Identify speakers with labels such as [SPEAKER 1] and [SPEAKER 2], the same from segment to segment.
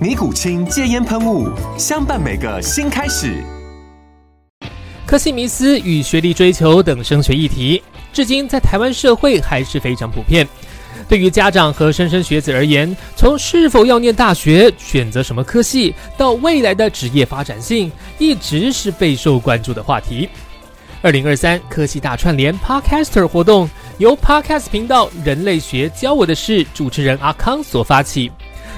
[SPEAKER 1] 尼古清戒烟喷雾，相伴每个新开始。
[SPEAKER 2] 科系迷思与学历追求等升学议题，至今在台湾社会还是非常普遍。对于家长和莘莘学子而言，从是否要念大学、选择什么科系，到未来的职业发展性，一直是备受关注的话题。二零二三科系大串联 Podcaster 活动由 Podcast 频道“人类学教我的事”主持人阿康所发起，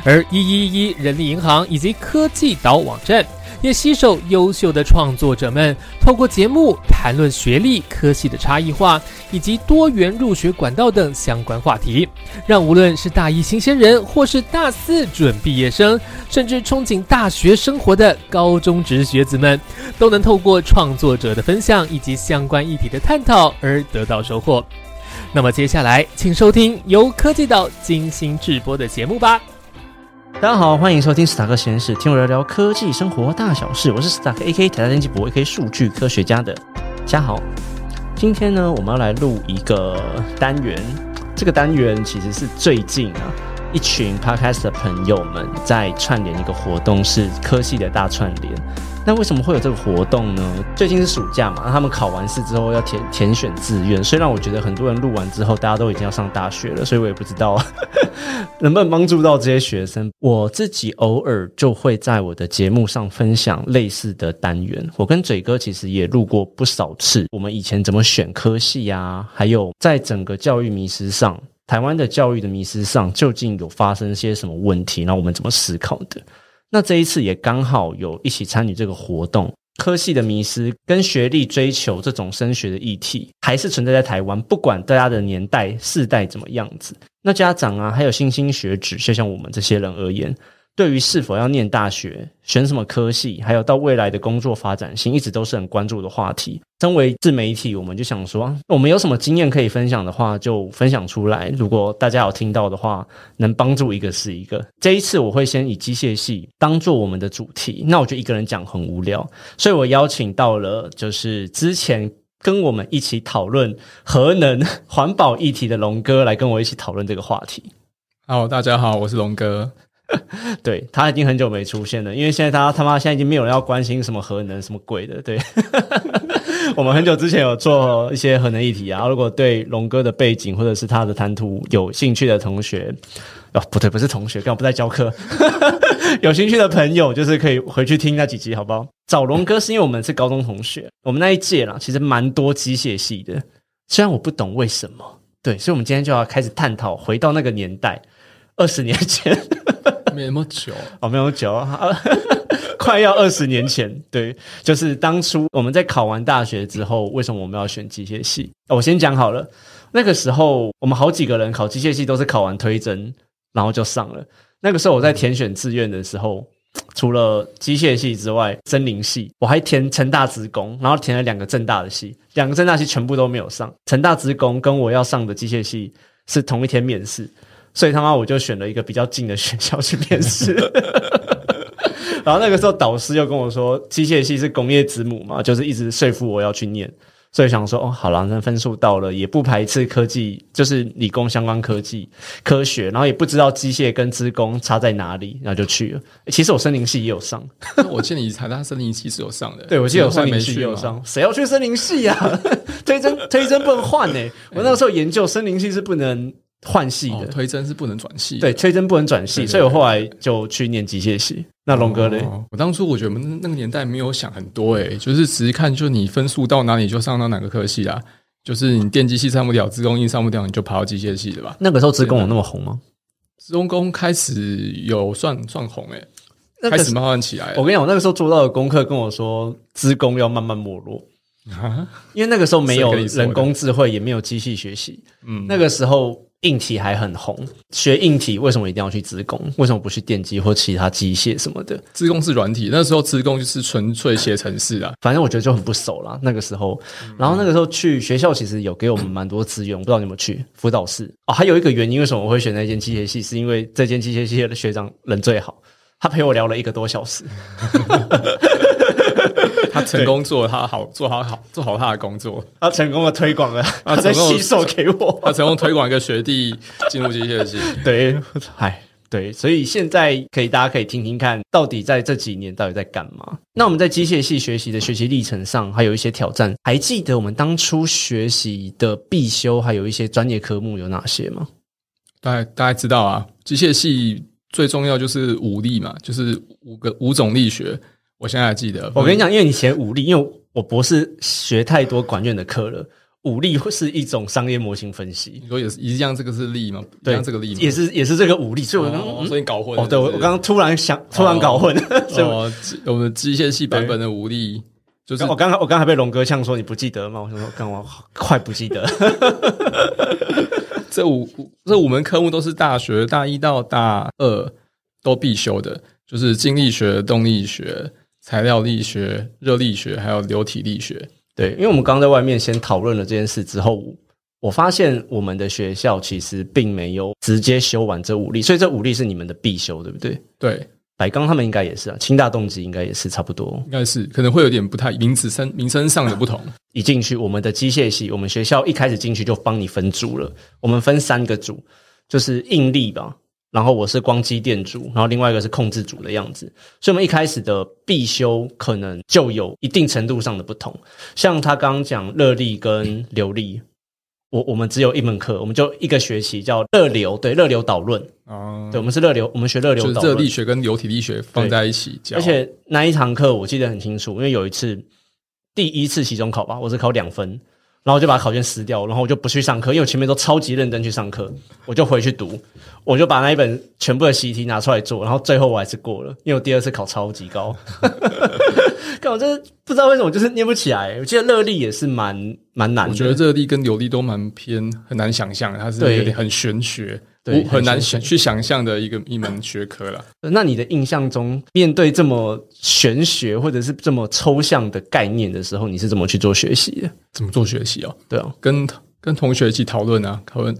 [SPEAKER 2] 而一一一人力银行以及科技岛网站也携手优秀的创作者们，透过节目谈论学历、科系的差异化以及多元入学管道等相关话题，让无论是大一新鲜人，或是大四准毕业生，甚至憧憬大学生活的高中职学子们，都能透过创作者的分享以及相关议题的探讨而得到收获。那么接下来，请收听由科技岛精心制播的节目吧。
[SPEAKER 3] 大家好，欢迎收听史塔克实验室，听我聊聊科技生活大小事。我是史塔克 A.K. 台大电机博 A.K. 数据科学家的嘉豪。今天呢，我们要来录一个单元，这个单元其实是最近啊，一群 Podcast 的朋友们在串联一个活动，是科系的大串联。那为什么会有这个活动呢？最近是暑假嘛，那他们考完试之后要填填选志愿，虽然我觉得很多人录完之后大家都已经要上大学了，所以我也不知道能不能帮助到这些学生？我自己偶尔就会在我的节目上分享类似的单元。我跟嘴哥其实也录过不少次，我们以前怎么选科系啊，还有在整个教育迷失上，台湾的教育的迷失上，究竟有发生些什么问题？然后我们怎么思考的？那这一次也刚好有一起参与这个活动。科系的迷失跟学历追求这种升学的议题，还是存在在台湾，不管大家的年代、世代怎么样子。那家长啊，还有新兴学子，就像我们这些人而言，对于是否要念大学、选什么科系，还有到未来的工作发展性，一直都是很关注的话题。身为自媒体，我们就想说，啊我们有什么经验可以分享的话，就分享出来。如果大家有听到的话，能帮助一个是一个。这一次我会先以机械系当做我们的主题，那我觉得一个人讲很无聊，所以我邀请到了就是之前跟我们一起讨论核能环保议题的龙哥来跟我一起讨论这个话题。
[SPEAKER 4] Hello，大家好，我是龙哥。
[SPEAKER 3] 对他已经很久没出现了，因为现在他他妈现在已经没有人要关心什么核能什么鬼的。对， 我们很久之前有做一些核能议题啊，如果对龙哥的背景或者是他的谈吐有兴趣的同学，哦不对，不是同学，刚好不在教课， 有兴趣的朋友就是可以回去听那几集，好不好？找龙哥是因为我们是高中同学，我们那一届啦，其实蛮多机械系的，虽然我不懂为什么，对，所以我们今天就要开始探讨，回到那个年代，二十年前。
[SPEAKER 4] 没那么久，
[SPEAKER 3] 哦，没有久啊， 快要二十年前，对，就是当初我们在考完大学之后，为什么我们要选机械系？哦我先讲好了，那个时候我们好几个人考机械系都是考完推甄，然后就上了。那个时候我在填选志愿的时候，除了机械系之外，森林系我还填成大职工，然后填了两个正大的系，两个正大系全部都没有上。成大职工跟我要上的机械系是同一天面试，所以他妈我就选了一个比较近的学校去面试。然后那个时候导师又跟我说，机械系是工业之母嘛，就是一直说服我要去念。所以想说，哦，好啦，那分数到了，也不排斥科技，就是理工相关科技、科学，然后也不知道机械跟资工差在哪里，然后就去了。其实我森林系也有上，
[SPEAKER 4] 那我记得你台大森林系是有上的，
[SPEAKER 3] 对我记得有
[SPEAKER 4] 你后来
[SPEAKER 3] 森
[SPEAKER 4] 没
[SPEAKER 3] 林系
[SPEAKER 4] 去
[SPEAKER 3] 也有
[SPEAKER 4] 吗，
[SPEAKER 3] 上，谁要 欸去森林系啊？推甄推甄不能换呢、我那个时候研究森林系是不能换系
[SPEAKER 4] 哦
[SPEAKER 3] 的，
[SPEAKER 4] 推甄是不能转系的。
[SPEAKER 3] 对，推甄不能转系，
[SPEAKER 4] 对对
[SPEAKER 3] 所以我后来就去念机械系。那龙哥嘞？
[SPEAKER 4] 哦我当初我觉得我们那个年代没有想很多、欸，就是只是看就你分数到哪里就上到哪个科系啦。就是你电机系上不了，自动应上不了，你就跑到机械系的吧。
[SPEAKER 3] 那个时候职工有那么红吗？
[SPEAKER 4] 自动工开始有算算红诶、
[SPEAKER 3] 那
[SPEAKER 4] 开
[SPEAKER 3] 个
[SPEAKER 4] 始慢慢起来
[SPEAKER 3] 我
[SPEAKER 4] 了。
[SPEAKER 3] 跟你讲，我那个时候做到的功课跟我说，资工要慢慢没落，
[SPEAKER 4] 啊
[SPEAKER 3] 因为那个时候没有
[SPEAKER 4] 谁跟你说的
[SPEAKER 3] 人工智慧，也没有机器学习，
[SPEAKER 4] 嗯，
[SPEAKER 3] 那个时候硬体还很红。学硬体为什么一定要去资工？为什么不去电机或其他机械什么的？
[SPEAKER 4] 自工是软体，那时候自工就是纯粹写程式啊。
[SPEAKER 3] 反正我觉得就很不熟啦。那个时候，然后那个时候去学校其实有给我们蛮多资源，我不知道你们去辅导室哦。还有一个原因，为什么我会选那间机械系，是因为这间机械系的学长人最好，他陪我聊了一个多小时。
[SPEAKER 4] 他成功做他好，做好好做好他的工作，
[SPEAKER 3] 他成功的推广了，他在
[SPEAKER 4] 成功地
[SPEAKER 3] 吸收给
[SPEAKER 4] 他
[SPEAKER 3] 我。
[SPEAKER 4] 成功推广一个学弟进入机械系。
[SPEAKER 3] 对，哎，对，所以现在可以，大家可以听听看，到底在这几年到底在干嘛？那我们在机械系学习的学习历程上，还有一些挑战。还记得我们当初学习的必修，还有一些专业科目有哪些吗？
[SPEAKER 4] 大家大家知道啊，机械系最重要就是五力嘛，就是五个五种力学。我现在还记得，
[SPEAKER 3] 我跟你讲，因为你写武力，因为我博士学太多管院的课了，武力会是一种商业模型分析
[SPEAKER 4] 你，说也是一样，这个是力吗？一
[SPEAKER 3] 对，
[SPEAKER 4] 样这个力吗
[SPEAKER 3] 也是也是这个武力，所以我刚刚、
[SPEAKER 4] 哦，
[SPEAKER 3] 嗯
[SPEAKER 4] 所以你搞混了
[SPEAKER 3] 哦，对我我
[SPEAKER 4] 是不是
[SPEAKER 3] 刚刚突然想，突然搞混，所以我哦
[SPEAKER 4] 哦，机我们机械系版本的无力就是
[SPEAKER 3] 我刚刚我刚才被龙哥呛说你不记得吗？我想说，刚我快不记得。
[SPEAKER 4] 这五这五门科目都是大学大一到大二都必修的，就是静力学、动力学、材料力学、热力学，还有流体力学。
[SPEAKER 3] 对，因为我们刚刚在外面先讨论了这件事之后，我发现我们的学校其实并没有直接修完这五力，所以这五力是你们的必修，对不对？
[SPEAKER 4] 对，
[SPEAKER 3] 白钢他们应该也是啊，清大动机应该也是差不多。
[SPEAKER 4] 应该是可能会有点不太名字上名称上的不同。
[SPEAKER 3] 一进去，我们的机械系，我们学校一开始进去就帮你分组了。我们分三个组，就是应力吧，然后我是光机电组，然后另外一个是控制组的样子。所以，我们一开始的必修可能就有一定程度上的不同。像他刚刚讲热力跟流力，我我们只有一门课，我们就一个学期叫热流，对热流导论，
[SPEAKER 4] 哦
[SPEAKER 3] 对，我们是热流，我们学热
[SPEAKER 4] 就
[SPEAKER 3] 流
[SPEAKER 4] 是
[SPEAKER 3] 导
[SPEAKER 4] 热
[SPEAKER 3] 论
[SPEAKER 4] 力。学跟流体力学放在一起教，
[SPEAKER 3] 而且那一堂课我记得很清楚，因为有一次第一次期中考吧，我是考两分，然后我就把考卷撕掉，然后我就不去上课，因为我前面都超级认真去上课，我就回去读，我就把那一本全部的习题拿出来做，然后最后我还是过了，因为我第二次考超级高， 看我真的不知道为什么就是念不起来。我记得热力也是蛮蛮难的，
[SPEAKER 4] 我觉得热力跟流力都蛮偏，很难想象，它是
[SPEAKER 3] 对
[SPEAKER 4] 有点很玄学，
[SPEAKER 3] 对
[SPEAKER 4] 我很难
[SPEAKER 3] 很玄
[SPEAKER 4] 想
[SPEAKER 3] 学
[SPEAKER 4] 去想象的一个一门学科了。
[SPEAKER 3] 那你的印象中，面对这么玄学或者是这么抽象的概念的时候，你是怎么去做学习的？
[SPEAKER 4] 怎么做学习哦？
[SPEAKER 3] 对啊，
[SPEAKER 4] 跟跟同学一起讨论啊，讨论，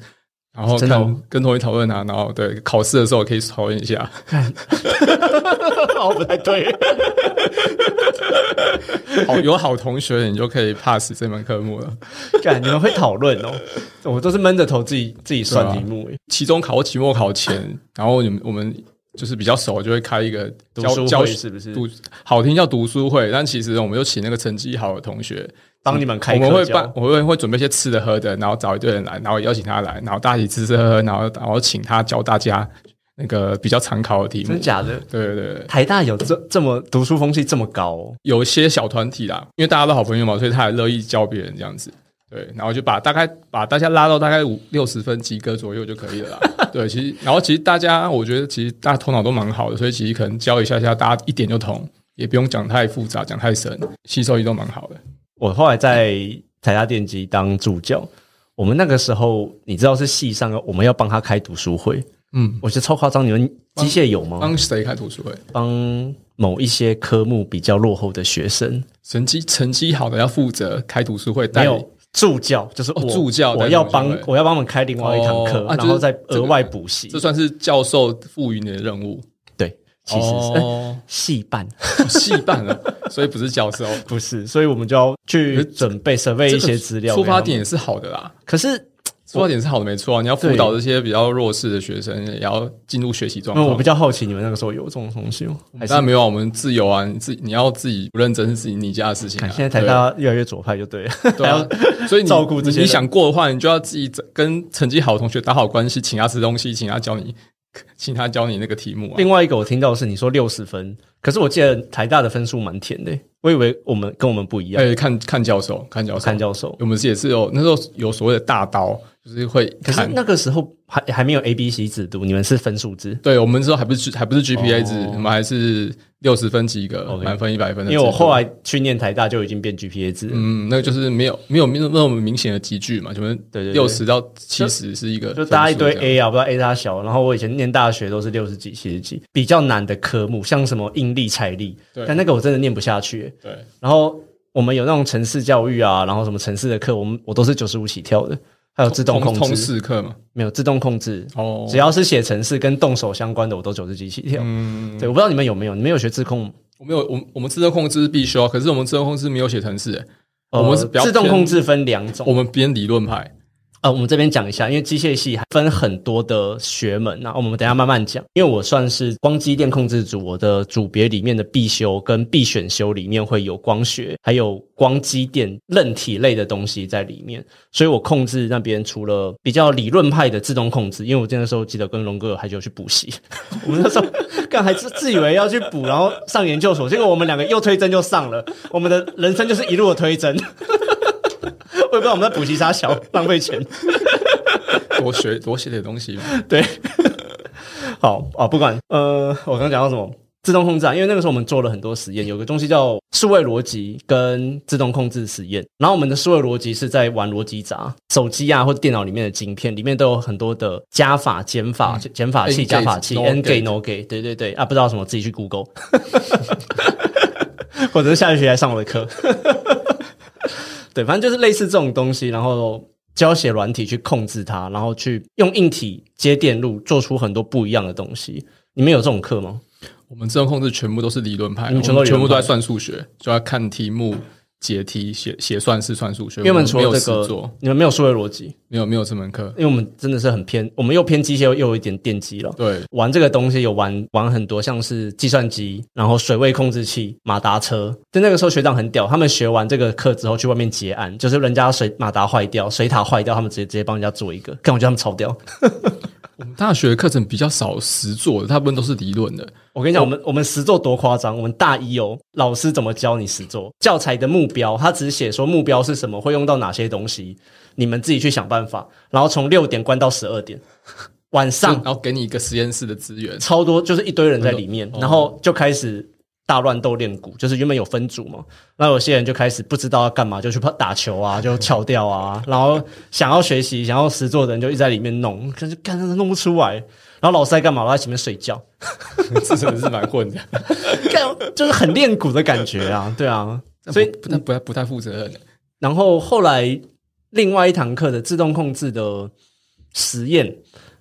[SPEAKER 4] 然后
[SPEAKER 3] 真
[SPEAKER 4] 看、
[SPEAKER 3] 的哦
[SPEAKER 4] 跟同学讨论啊，然后对考试的时候可以讨论一 下。
[SPEAKER 3] 好像不太对。
[SPEAKER 4] 好，有好同学你就可以 pass 这门科目了。
[SPEAKER 3] 干，你们会讨论哦，我都是闷着头自己自己算题目诶。
[SPEAKER 4] 期中考、期末 考前，然后你们我们就是比较熟，就会开一个
[SPEAKER 3] 读
[SPEAKER 4] 教
[SPEAKER 3] 书
[SPEAKER 4] 教
[SPEAKER 3] 会是不是
[SPEAKER 4] 读好听叫读书会，但其实我们就请那个成绩好的同学
[SPEAKER 3] 帮你们开
[SPEAKER 4] 我们
[SPEAKER 3] 课
[SPEAKER 4] 会
[SPEAKER 3] 教
[SPEAKER 4] 办，我会会准备一些吃的喝的，然后找一堆人来，然后邀请他来，然后大家一起吃吃喝喝，然后然后请他教大家那个比较常考的题目
[SPEAKER 3] 真。假的？
[SPEAKER 4] 对对对，对
[SPEAKER 3] 台大有这这么读书风气这么高、哦？
[SPEAKER 4] 有一些小团体啦，因为大家都好朋友嘛，所以他也乐意教别人这样子。对，然后就把大概把大家拉到大概五六十分及格左右就可以了 啦。对，其实然后其实大家，我觉得其实大家头脑都蛮好的，所以其实可能教一下下，大家一点就通，也不用讲太复杂，讲太深，吸收力都蛮好的。
[SPEAKER 3] 我后来在台大电机当助教，我们那个时候你知道是系上我们要帮他开读书会，
[SPEAKER 4] 嗯，
[SPEAKER 3] 我觉得超夸张。你们机械有吗？
[SPEAKER 4] 帮谁开读书会？
[SPEAKER 3] 帮某一些科目比较落后的学生，
[SPEAKER 4] 成绩成绩好的要负责开读书会，
[SPEAKER 3] 没
[SPEAKER 4] 带
[SPEAKER 3] 有助教，就是我、
[SPEAKER 4] 哦助教
[SPEAKER 3] 我要
[SPEAKER 4] 带同学
[SPEAKER 3] 帮
[SPEAKER 4] 会
[SPEAKER 3] 我要帮他们开另外一堂课，
[SPEAKER 4] 哦啊
[SPEAKER 3] 然后
[SPEAKER 4] 就是
[SPEAKER 3] 再
[SPEAKER 4] 这
[SPEAKER 3] 额
[SPEAKER 4] 个
[SPEAKER 3] 外补习。
[SPEAKER 4] 这算是教授赋予你的任务。
[SPEAKER 3] 对，其实是、哎
[SPEAKER 4] 哦，
[SPEAKER 3] 系办。
[SPEAKER 4] 戏办了，所以不是教授。
[SPEAKER 3] 不是，所以我们就要去准备、准备一些资料。
[SPEAKER 4] 出发点也，是好的啦。
[SPEAKER 3] 可是
[SPEAKER 4] 出发点是好的，没错啊。你要辅导这些比较弱势的学生，也要进入学习状
[SPEAKER 3] 那
[SPEAKER 4] 况。
[SPEAKER 3] 我比较好奇，你们那个时候有这种东西吗？还是
[SPEAKER 4] 当然没有啊，我们自由啊，你自己你要自己不认真是自己你家的事情、啊。
[SPEAKER 3] 看现在台大越来越左派就对了，
[SPEAKER 4] 对啊，所以你
[SPEAKER 3] 照顾这些人
[SPEAKER 4] 你想过的话，你就要自己跟成绩好的同学打好关系，请他吃东西，请他教你，请他教你那个题目啊。
[SPEAKER 3] 另外一个我听到的是你说六十分，可是我记得台大的分数蛮甜的、我以为我们跟我们不一样。
[SPEAKER 4] 哎、看看教授，看教授，
[SPEAKER 3] 看教授，
[SPEAKER 4] 我们也是有那时候有所谓的大刀，就是会
[SPEAKER 3] 可是
[SPEAKER 4] 看。
[SPEAKER 3] 那个时候还还没有 A、B、C 制度，你们是分数制。
[SPEAKER 4] 对我们那时候还不是还不是 GPA 制，我们还是六十分及格，
[SPEAKER 3] 哦 OK
[SPEAKER 4] 满分一百分的制
[SPEAKER 3] 因
[SPEAKER 4] 度。
[SPEAKER 3] 为我后来去念台大就已经变 GPA 制了，
[SPEAKER 4] 嗯，那个就是没有没有没有那么明显的集聚嘛，可能
[SPEAKER 3] 对对对
[SPEAKER 4] 六十到七十是一个
[SPEAKER 3] 就大家一堆
[SPEAKER 4] 分数这样
[SPEAKER 3] A 啊，不知道 A 大小。然后我以前念大学都是六十几、七十几，比较难的科目，像什么应力、财力，
[SPEAKER 4] 对
[SPEAKER 3] 但那个我真的念不下去、
[SPEAKER 4] 对，
[SPEAKER 3] 然后我们有那种城市教育啊，然后什么城市的课，我们我都是九十五起跳的，还有自动控
[SPEAKER 4] 通通
[SPEAKER 3] 制，
[SPEAKER 4] 识课嘛，
[SPEAKER 3] 没有自动控制，
[SPEAKER 4] 哦
[SPEAKER 3] 只要是写城市跟动手相关的，我都九十几起跳。
[SPEAKER 4] 嗯，
[SPEAKER 3] 对，我不知道你们有没有，你们有学自控？
[SPEAKER 4] 我们有我们我们自动控制是必修啊，可是我们自动控制没有写程式、欸我们是比较
[SPEAKER 3] 呃自动
[SPEAKER 4] 偏
[SPEAKER 3] 控制分两种
[SPEAKER 4] 我，们编理论派，
[SPEAKER 3] 呃，我们这边讲一下，因为机械系还分很多的学门那、我们等一下慢慢讲。因为我算是光机电控制组，我的组别里面的必修跟必选修里面会有光学，还有光机电韧体类的东西在里面，所以我控制那边除了比较理论派的自动控制，因为我那时候记得跟龙哥还就去补习，我们那时候 刚还自自以为要去补，然后上研究所，结果我们两个又推甄就上了，我们的人生就是一路的推甄。 我也不知道我们在补习啥小，浪费钱。
[SPEAKER 4] 多学多写点东西嘛。
[SPEAKER 3] 对， 好啊，不管呃，我刚刚讲到什么？自动控制啊，因为那个时候我们做了很多实验，有个东西叫数位逻辑跟自动控制实验。然后我们的数位逻辑是在玩逻辑闸，手机啊或者电脑里面的晶片，里面都有很多的加法、减法、减法器、
[SPEAKER 4] N-gate，
[SPEAKER 3] 加法器、
[SPEAKER 4] no
[SPEAKER 3] 嗯 n gate
[SPEAKER 4] gate
[SPEAKER 3] no gate，对对对啊，不知道什么自己去 Google，或者是下学期来上我的课。 对，反正就是类似这种东西，然后教写软体去控制它，然后去用硬体接电路，做出很多不一样的东西。你们有这种课吗？
[SPEAKER 4] 我们自动控制全部都是理论派，
[SPEAKER 3] 你
[SPEAKER 4] 我
[SPEAKER 3] 们
[SPEAKER 4] 们
[SPEAKER 3] 全都理论派
[SPEAKER 4] 全部都在算数学，就要看题目、解题、写写算式、算数学。
[SPEAKER 3] 因为我们除
[SPEAKER 4] 没
[SPEAKER 3] 了
[SPEAKER 4] 有
[SPEAKER 3] 这
[SPEAKER 4] 实
[SPEAKER 3] 个
[SPEAKER 4] 做，，
[SPEAKER 3] 你们没有数学逻辑，
[SPEAKER 4] 没有没有这门课
[SPEAKER 3] 因。为我们真的是很偏，我们又偏机械又又有一点电机了。
[SPEAKER 4] 对，
[SPEAKER 3] 玩这个东西有玩玩很多，像是计算机，然后水位控制器、马达车。在那个时候学长很屌，他们学完这个课之后去外面结案，就是人家水马达坏掉、水塔坏掉，他们直接直接帮人家做一个，看我觉得他们超屌。
[SPEAKER 4] 我们大学的课程比较少实做的，大部分都是理论的。
[SPEAKER 3] 我跟你讲，我们我们实作多夸张！我们大一哦，老师怎么教你实作？教材的目标，他只写说目标是什么，会用到哪些东西，你们自己去想办法。然后从六点关到十二点，晚 上
[SPEAKER 4] 然后给你一个实验室的资源，
[SPEAKER 3] 超多，就是一堆人在里面
[SPEAKER 4] 很，多哦
[SPEAKER 3] 然后就开始大乱斗练鼓，就是原本有分组嘛，那有些人就开始不知道要干嘛，就去打球啊，就翘掉啊，然后想要学习、想要实作的人就一直在里面弄，可是干真的弄不出来。然后老师在干嘛？我在前面睡觉，
[SPEAKER 4] 这真的是蛮混的，
[SPEAKER 3] 干就是很练鼓的感觉啊，对啊，所以
[SPEAKER 4] 不太不太不太负责任。
[SPEAKER 3] 然后后来另外一堂课的自动控制的实验，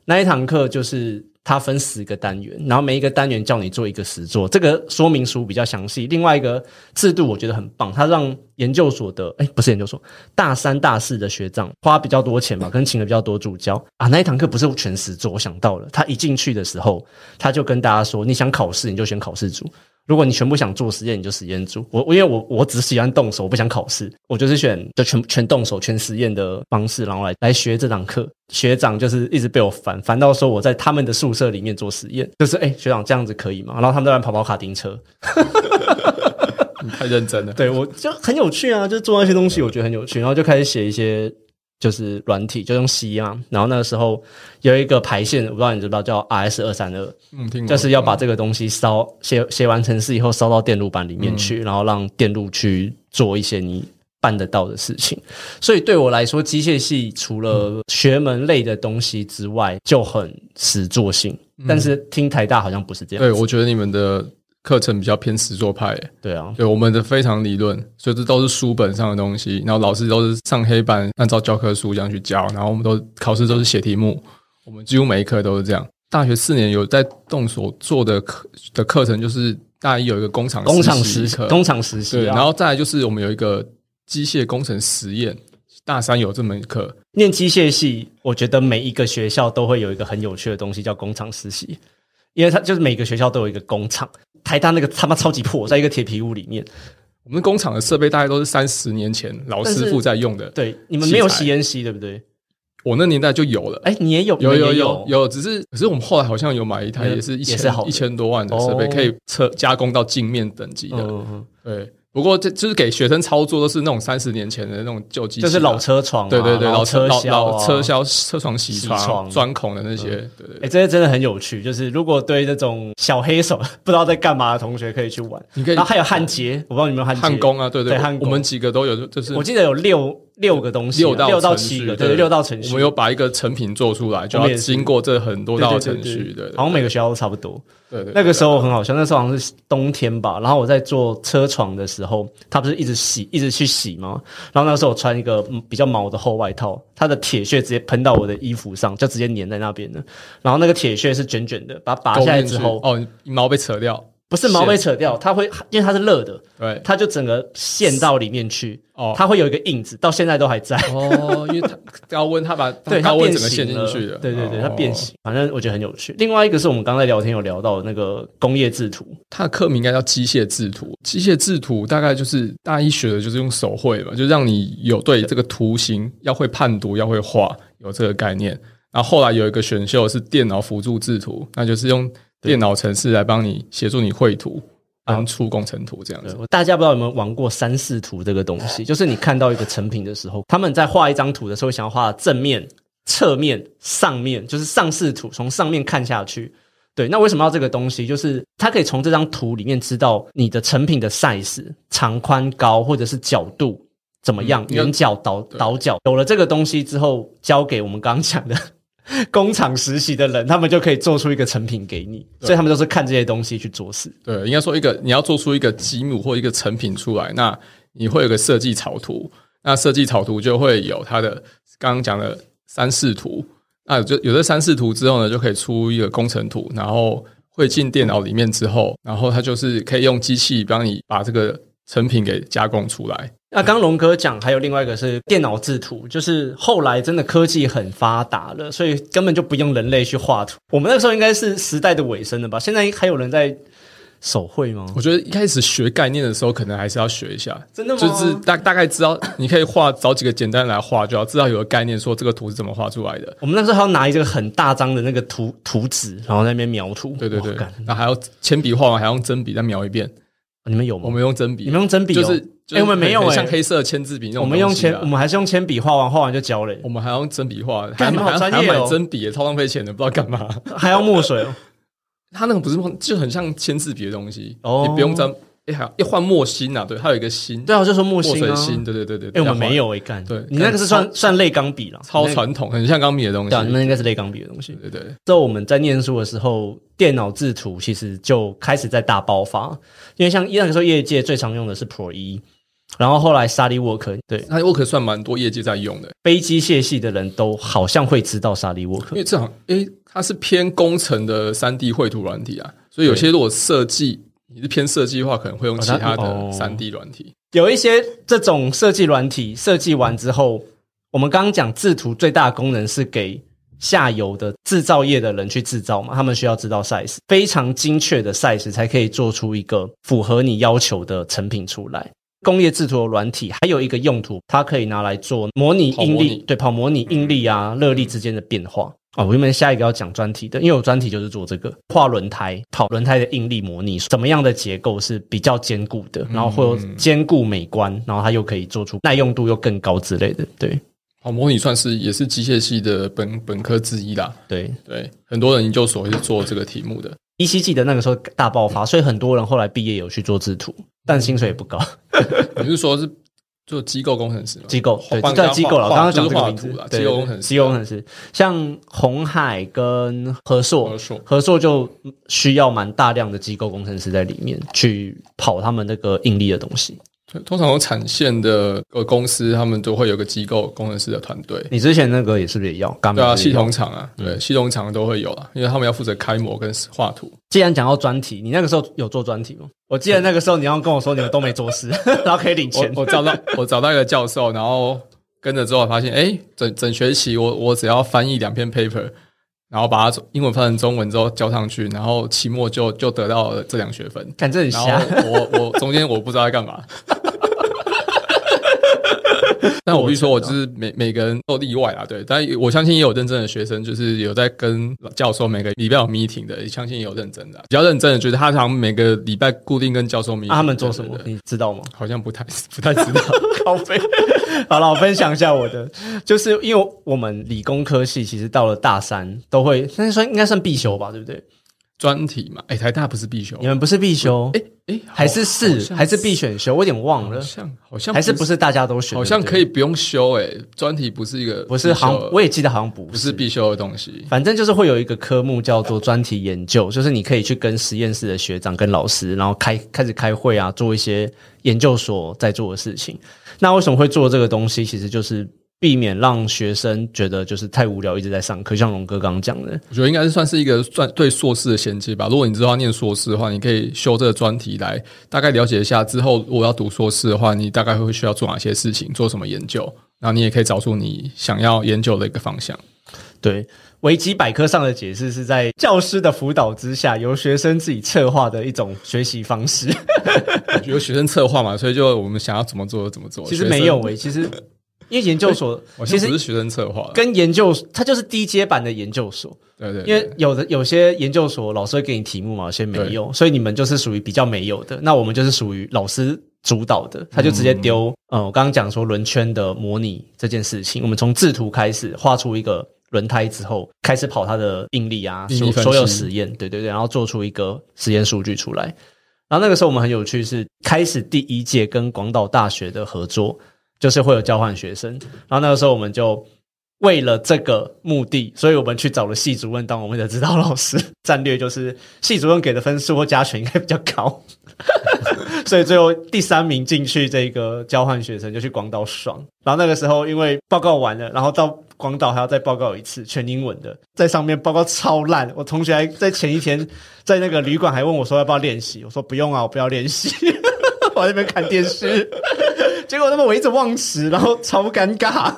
[SPEAKER 3] 那一堂课就是它分十个单元，然后每一个单元叫你做一个实作，这个说明书比较详细。另外一个制度我觉得很棒，它让研究所的哎不是研究所，大三大四的学长花比较多钱吧，跟请了比较多助教啊。那一堂课不是全实作，我想到了，他一进去的时候他就跟大家说，你想考试你就选考试组，如果你全部想做实验，你就实验组。我我因为我我只喜欢动手，我不想考试，我就是选就全全动手、全实验的方式，然后来来学这堂课。学长就是一直被我烦，烦到说我在他们的宿舍里面做实验，就是哎、诶学长这样子可以吗？然后他们在那边跑跑卡丁车，
[SPEAKER 4] 你太认真了。
[SPEAKER 3] 对我就很有趣啊，就做那些东西，我觉得很有趣，然后就开始写一些就是软体，就用 C 啊，然后那个时候有一个排线，我不知道你知不知道叫 RS 二三二，
[SPEAKER 4] 嗯，听过
[SPEAKER 3] 就是要把这个东西烧写写完程式以后烧到电路板里面
[SPEAKER 4] 嗯
[SPEAKER 3] 去，然后让电路去做一些你办得到的事情。所以对我来说，机械系除了学门类的东西之外，就很实作性。但是听台大好像不是这样
[SPEAKER 4] 嗯对，
[SPEAKER 3] 子，
[SPEAKER 4] 我觉得你们的课程比较偏实作派耶，
[SPEAKER 3] 对啊，
[SPEAKER 4] 对我们的非常理论，所以这都是书本上的东西，然后老师都是上黑板按照教科书这样去教，然后我们都考试都是写题目，我们几乎每一科都是这样。大学四年有在动手做的课的课程，就是大一有一个工厂
[SPEAKER 3] 工厂
[SPEAKER 4] 习
[SPEAKER 3] 实
[SPEAKER 4] 课，
[SPEAKER 3] 工厂实习
[SPEAKER 4] 对，
[SPEAKER 3] 啊，
[SPEAKER 4] 然后再来就是我们有一个机械工程实验，大三有这门课，
[SPEAKER 3] 念机械系，我觉得每一个学校都会有一个很有趣的东西叫工厂实习，因为它就是每个学校都有一个工厂。台大那个他妈超级破，在一个铁皮屋里面。
[SPEAKER 4] 我们工厂的设备大概都是三十年前老
[SPEAKER 3] 但是
[SPEAKER 4] 师傅在用的。
[SPEAKER 3] 对，你们没有
[SPEAKER 4] 器材
[SPEAKER 3] 吸烟吸，对不对？
[SPEAKER 4] 我那年代就有了。
[SPEAKER 3] 哎，你也有，
[SPEAKER 4] 有
[SPEAKER 3] 你们
[SPEAKER 4] 有
[SPEAKER 3] 也
[SPEAKER 4] 有有，只是可是我们后来好像有买一台，
[SPEAKER 3] 嗯
[SPEAKER 4] 也是一
[SPEAKER 3] 也是
[SPEAKER 4] 千
[SPEAKER 3] 好的
[SPEAKER 4] 一千多万的设备，
[SPEAKER 3] 哦
[SPEAKER 4] 可以测加工到镜面等级
[SPEAKER 3] 嗯
[SPEAKER 4] 的。
[SPEAKER 3] 嗯，嗯
[SPEAKER 4] 对，不过这就是给学生操作，都是那种三十年前的那种旧机器啊，
[SPEAKER 3] 就是老车床啊，
[SPEAKER 4] 对对对，
[SPEAKER 3] 老
[SPEAKER 4] 老车老
[SPEAKER 3] 厢啊
[SPEAKER 4] 老车。厢、车床、铣
[SPEAKER 3] 铣
[SPEAKER 4] 床、
[SPEAKER 3] 床
[SPEAKER 4] 钻孔的那些，对对
[SPEAKER 3] 哎，这些真的很有趣，就是如果对这种小黑手不知道在干嘛的同学可以去玩。
[SPEAKER 4] 你可以
[SPEAKER 3] 然后还有焊接，我不知道你们焊接
[SPEAKER 4] 焊工啊，对
[SPEAKER 3] 对焊
[SPEAKER 4] 我
[SPEAKER 3] 工
[SPEAKER 4] 我们几个都有，就是
[SPEAKER 3] 我记得有六六个东西啊，
[SPEAKER 4] 六到
[SPEAKER 3] 六到
[SPEAKER 4] 程
[SPEAKER 3] 七
[SPEAKER 4] 序
[SPEAKER 3] 个，对对，六到程序。
[SPEAKER 4] 我们有把一个成品做出来，就
[SPEAKER 3] 我
[SPEAKER 4] 要
[SPEAKER 3] 们也是
[SPEAKER 4] 经过这很多道
[SPEAKER 3] 对对
[SPEAKER 4] 程
[SPEAKER 3] 对
[SPEAKER 4] 序，
[SPEAKER 3] 对
[SPEAKER 4] 对
[SPEAKER 3] 好像每个学校都差不多。
[SPEAKER 4] 对对，
[SPEAKER 3] 那个时
[SPEAKER 4] 候
[SPEAKER 3] 候很好笑，那时候好像是冬天吧，然后我在做车床的时候，他不是一直洗，一直去洗吗？然后那时候我穿一个嗯比较毛的厚外套，它的铁屑直接喷到我的衣服上，就直接粘在那边了。然后那个铁屑是卷卷的，把它拔下来之后，
[SPEAKER 4] 哦，你毛被扯掉，
[SPEAKER 3] 不是毛被扯掉，它会因为它是热的，
[SPEAKER 4] 对，
[SPEAKER 3] 它就整个陷到里面去，
[SPEAKER 4] 哦
[SPEAKER 3] 它会有一个印子，到现在都还在。
[SPEAKER 4] 哦，因为它高温，它把
[SPEAKER 3] 对，它
[SPEAKER 4] 高温
[SPEAKER 3] 变
[SPEAKER 4] 整个陷
[SPEAKER 3] 形
[SPEAKER 4] 进
[SPEAKER 3] 了
[SPEAKER 4] 去的，
[SPEAKER 3] 对对对，它
[SPEAKER 4] 哦
[SPEAKER 3] 变。形，反正我觉得很有趣。另外一个是我们刚才聊天有聊到的那个工业制图，
[SPEAKER 4] 它的课名应该叫机械制图，机械制图大概就是大一学的就是用手绘嘛，就让你有对这个图形要会判读，要会画，有这个概念。然后后来有一个选修是电脑辅助制图，那就是用电脑程式来帮你协助你绘图，
[SPEAKER 3] 啊
[SPEAKER 4] 帮出工程图这样
[SPEAKER 3] 对
[SPEAKER 4] 子。，
[SPEAKER 3] 我大家不知道有没有玩过三视图这个东 西，就是你看到一个成品的时候，他们在画一张图的时候，想要画正面、侧面、上面，就是上视图，从上面看下去。对，那为什么要这个东西？就是它可以从这张图里面知道你的成品的 size、长、宽、高，或者是角度怎么样，
[SPEAKER 4] 嗯应该
[SPEAKER 3] 圆角、倒倒角。有了这个东西之后，交给我们刚刚讲的 工厂实习的人，他们就可以做出一个成品给你。所以他们都是看这些东西去做事。
[SPEAKER 4] 对，应该说一个你要做出一个积木或一个成品出来，那你会有个设计草图，那设计草图就会有它的刚刚讲的三视图，那有这有这三视图之后呢，就可以出一个工程图，然后会进电脑里面之后，然后它就是可以用机器帮你把这个成品给加工出来。
[SPEAKER 3] 那刚龙哥讲，还有另外一个是电脑制图，就是后来真的科技很发达了，所以根本就不用人类去画图。我们那时候应该是时代的尾声了吧？现在还有人在手绘吗？
[SPEAKER 4] 我觉得一开始学概念的时候，可能还是要学一下，
[SPEAKER 3] 真的吗
[SPEAKER 4] 就是大大概知道你可以画找几个简单来画，就要知道有个概念，说这个图是怎么画出来的。
[SPEAKER 3] 我们那时候还要拿一个很大张的那个图图纸，然后在那边描图。
[SPEAKER 4] 对对对
[SPEAKER 3] 哇干，哦
[SPEAKER 4] 那还要铅笔画完，还要用真笔再描一遍。
[SPEAKER 3] 你们有吗？
[SPEAKER 4] 我们用真笔，
[SPEAKER 3] 你们用真笔哦
[SPEAKER 4] 就是就是
[SPEAKER 3] 哎我们没有
[SPEAKER 4] 很
[SPEAKER 3] 哎
[SPEAKER 4] 像黑色签字笔那种
[SPEAKER 3] 我
[SPEAKER 4] 东西
[SPEAKER 3] 们
[SPEAKER 4] 啊。
[SPEAKER 3] 用铅，我们还是用铅笔画完，画完就交了，
[SPEAKER 4] 我们还要用真笔画，还
[SPEAKER 3] 干你们好
[SPEAKER 4] 还还
[SPEAKER 3] 专
[SPEAKER 4] 还
[SPEAKER 3] 业哦
[SPEAKER 4] 买真笔，超浪费钱的，不知道干 嘛。
[SPEAKER 3] 还要墨水哦。
[SPEAKER 4] 它那个不是墨就很像签字笔的东西，
[SPEAKER 3] 哦
[SPEAKER 4] 你不用沾，哎，还要换墨芯啊，对，它有一个芯，
[SPEAKER 3] 对啊，我就说墨
[SPEAKER 4] 墨
[SPEAKER 3] 芯
[SPEAKER 4] 水
[SPEAKER 3] 啊。
[SPEAKER 4] 芯，对对对对。
[SPEAKER 3] 哎，我
[SPEAKER 4] 要
[SPEAKER 3] 们
[SPEAKER 4] 换
[SPEAKER 3] 没，有哎，干。
[SPEAKER 4] 对
[SPEAKER 3] 你那个是算算类钢笔了，
[SPEAKER 4] 超
[SPEAKER 3] 长。
[SPEAKER 4] 传统，很像钢笔的东
[SPEAKER 3] 对啊，你
[SPEAKER 4] 西。
[SPEAKER 3] 们应该是类钢笔的东西。
[SPEAKER 4] 对对，
[SPEAKER 3] 之后我们在念书的时候，电脑制图其实就开始在大爆发，因为像那个时候业界最常用的是 Pro 一，然后后来 SolidWork，对，
[SPEAKER 4] 那 Work 算蛮多业界在用的，
[SPEAKER 3] 非机械系的人都好像会知道
[SPEAKER 4] 因
[SPEAKER 3] SolidWork。
[SPEAKER 4] 为这好，诶，它是偏工程的三 D 绘图软体啊，所以有些如果设计你是偏设计的话，可能会用其他
[SPEAKER 3] 哦
[SPEAKER 4] 的三 D 软体。
[SPEAKER 3] 有一些这种设计软体设计完之后，我们刚刚讲制图最大的功能是给下游的制造业的人去制造嘛，他们需要知道 size，非常精确的 size 才可以做出一个符合你要求的成品出来。工业制图的软体还有一个用途，它可以拿来做模拟
[SPEAKER 4] 跑
[SPEAKER 3] 应
[SPEAKER 4] 模
[SPEAKER 3] 力，
[SPEAKER 4] 拟
[SPEAKER 3] 对，跑模拟应力啊、热力之间的变化。哦，我原本下一个要讲专题的，因为我专题就是做这个画轮胎、跑轮胎的应力模拟，怎么样的结构是比较坚固的，然后会有兼顾美观，然后它又可以做出耐用度又更高之类的。对
[SPEAKER 4] 好，模拟算是也是机械系的本本科之一啦。
[SPEAKER 3] 对，
[SPEAKER 4] 对，很多人研究所是做这个题目的。
[SPEAKER 3] 依稀记得那个时候大爆发，所以很多人后来毕业有去做制图，但薪水也不高。
[SPEAKER 4] 你是说是做机构工程师吗？
[SPEAKER 3] 机构对
[SPEAKER 4] 换
[SPEAKER 3] 叫机构了，我
[SPEAKER 4] 画
[SPEAKER 3] 刚刚
[SPEAKER 4] 就
[SPEAKER 3] 讲
[SPEAKER 4] 是
[SPEAKER 3] 这个
[SPEAKER 4] 画
[SPEAKER 3] 名字
[SPEAKER 4] 图啦，，
[SPEAKER 3] 对
[SPEAKER 4] 机构工程师，
[SPEAKER 3] 机构工程师，像红海跟和硕
[SPEAKER 4] 和硕，
[SPEAKER 3] 和硕就需要蛮大量的机构工程师在里面去跑他们那个应力的东西。
[SPEAKER 4] 对通常有产线的呃公司，他们都会有个机构工程师的团队。
[SPEAKER 3] 你之前那个也是不是也要？干
[SPEAKER 4] 对啊，
[SPEAKER 3] 嘛？
[SPEAKER 4] 系统厂啊，
[SPEAKER 3] 嗯
[SPEAKER 4] 对，系统厂都会有啊，因为他们要负责开模跟画图。
[SPEAKER 3] 既然讲到专题，你那个时候有做专题吗？我记得 那个时候你要跟我说你们都没做事，然后可以领钱
[SPEAKER 4] 我。我找到我找到一个教授，然后跟着之后发现，哎，整整学期我我只要翻译两篇 paper，然后把它从英文翻成中文之后交上去，然后期末就就得到了这两学分。
[SPEAKER 3] 感这很
[SPEAKER 4] 然
[SPEAKER 3] 瞎
[SPEAKER 4] 后，我我中间我不知道在 干嘛。但我必须说，我就是每每个人都例外啦，对。但我相信也有认真的学生，就是有在跟教授每个礼拜有 meeting 的，相信也有认真的啊。比较认真的，就是他常每个礼拜固定跟教授 meeting、
[SPEAKER 3] 啊他们做什么
[SPEAKER 4] 对对对
[SPEAKER 3] 你知道吗？
[SPEAKER 4] 好像不太不太 知道。
[SPEAKER 3] 高飞。好了，我分享一下我的，就是因为我们理工科系其实到了大三都会，那算应该算必修吧，对不对？
[SPEAKER 4] 专题嘛，哎、台大不是必修
[SPEAKER 3] 你，们不是必修，
[SPEAKER 4] 哎哎、好
[SPEAKER 3] 还是
[SPEAKER 4] 好
[SPEAKER 3] 是
[SPEAKER 4] 像
[SPEAKER 3] 还是必选修，我有点忘
[SPEAKER 4] 好
[SPEAKER 3] 了，
[SPEAKER 4] 像好像
[SPEAKER 3] 还是不是大家都选？
[SPEAKER 4] 好像
[SPEAKER 3] 对不
[SPEAKER 4] 可
[SPEAKER 3] 对
[SPEAKER 4] 以，不用修、哎，专题不是一个
[SPEAKER 3] 不是
[SPEAKER 4] 必修
[SPEAKER 3] 好像，我也记得好像不
[SPEAKER 4] 不是必修的东西。
[SPEAKER 3] 反正就是会有一个科目叫做专题研究，就是你可以去跟实验室的学长、跟老师，然后开开始开会啊，做一些研究所在做的事情。那为什么会做这个东西？其实就是避免让学生觉得就是太无聊，一直在上课。像龙哥刚刚讲的，
[SPEAKER 4] 我觉得应该是算是一个算对硕士的衔接吧。如果你知道要念硕士的话，你可以修这个专题来大概了解一下。之后如果要读硕士的话，你大概会需要做哪些事情，做什么研究，然后你也可以找出你想要研究的一个方向。
[SPEAKER 3] 对维基百科上的解释是在教师的辅导之下，由学生自己策划的一种学习方式。
[SPEAKER 4] 我觉得学生策划嘛，所以就我们想要怎么做就怎么做。
[SPEAKER 3] 其实没有
[SPEAKER 4] 学
[SPEAKER 3] 诶、其实因为研究所
[SPEAKER 4] 生，
[SPEAKER 3] 其
[SPEAKER 4] 其实不是
[SPEAKER 3] 实
[SPEAKER 4] 学生策划啦，
[SPEAKER 3] 跟研究它就是低阶版的研究所。
[SPEAKER 4] 对对
[SPEAKER 3] 因
[SPEAKER 4] 对
[SPEAKER 3] 为有的有些研究所老师会给你题目嘛，有些没有，所以你们就是属于比较没有的。那我们就是属于老师主导
[SPEAKER 4] 嗯
[SPEAKER 3] 的，他就直接丢。呃，我刚刚讲说轮圈的模拟这件事情，我们从制图开始画出一个轮胎之后，开始跑它的应力啊，
[SPEAKER 4] 应力
[SPEAKER 3] 所
[SPEAKER 4] 分析
[SPEAKER 3] 所有实验，对对对，然后做出一个实验数据出来。然后那个时候我们很有趣，是开始第一届跟广岛大学的合作，就是会有交换学生。然后那个时候我们就为了这个目的，所以我们去找了系主任当我们的指导老师。 战略就是系主任给的分数或加权应该比较高，所以最后第三名进去这个交换学生就去广岛爽。然后那个时候因为报告完了，然后到广岛还要再报告一次，全英文的，在上面报告超烂。我同学还在前一天在那个旅馆还问我说要不要练习，我说不用啊，我不要练习， 我在那边看电视。结果他妈我一直忘词，然后超尴尬。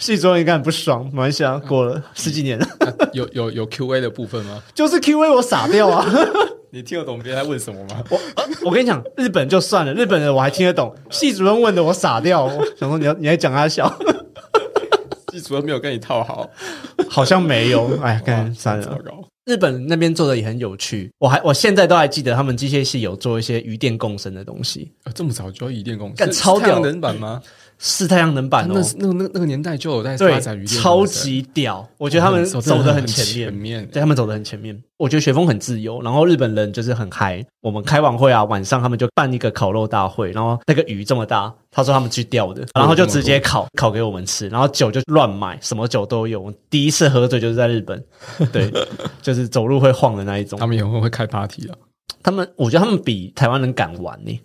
[SPEAKER 3] 系主任应该很不爽，没关系啊，过了十几年了，
[SPEAKER 4] 那啊有有有 Q A 的部分吗？
[SPEAKER 3] 就是 Q A 我傻掉啊。
[SPEAKER 4] 你听得懂别人在问什么吗？
[SPEAKER 3] 我 我跟你讲，日本就算了，日本人我还听得懂，系主任问的我傻掉，我想说你要你还讲他笑，
[SPEAKER 4] 系主任没有跟你套好，
[SPEAKER 3] 好像没 有，哎，
[SPEAKER 4] 哇
[SPEAKER 3] 干算
[SPEAKER 4] 糟
[SPEAKER 3] 了。
[SPEAKER 4] 糕。
[SPEAKER 3] 日本那边做的也很有趣，我还我现在都还记得他们机械系有做一些鱼电共生的东西，
[SPEAKER 4] 啊这么早就要移电工，
[SPEAKER 3] 干
[SPEAKER 4] 是
[SPEAKER 3] 超
[SPEAKER 4] 是太阳
[SPEAKER 3] 屌
[SPEAKER 4] 能板吗？啊
[SPEAKER 3] 是太阳能板哦
[SPEAKER 4] 哎那，那那那个年代就有在发展
[SPEAKER 3] 对，
[SPEAKER 4] 鱼电
[SPEAKER 3] 超
[SPEAKER 4] 工程
[SPEAKER 3] 级屌，我觉得他们
[SPEAKER 4] 哦
[SPEAKER 3] 走
[SPEAKER 4] 得
[SPEAKER 3] 的很前
[SPEAKER 4] 前
[SPEAKER 3] 面。
[SPEAKER 4] 面
[SPEAKER 3] 对他们走得很前面，我觉得学风很自由，然后日本人就是很嗨。我们开完会啊，晚上他们就办一个烤肉大会，然后那个鱼这么大，他说他们去钓的，然后就直接烤烤给我们吃，然后酒就乱买，什么酒都有。我第一次喝醉就是在日本，对，就是走路会晃的那一种
[SPEAKER 4] 他。们也会会开 party 啊，
[SPEAKER 3] 他们我觉得他们比台湾人敢玩呢、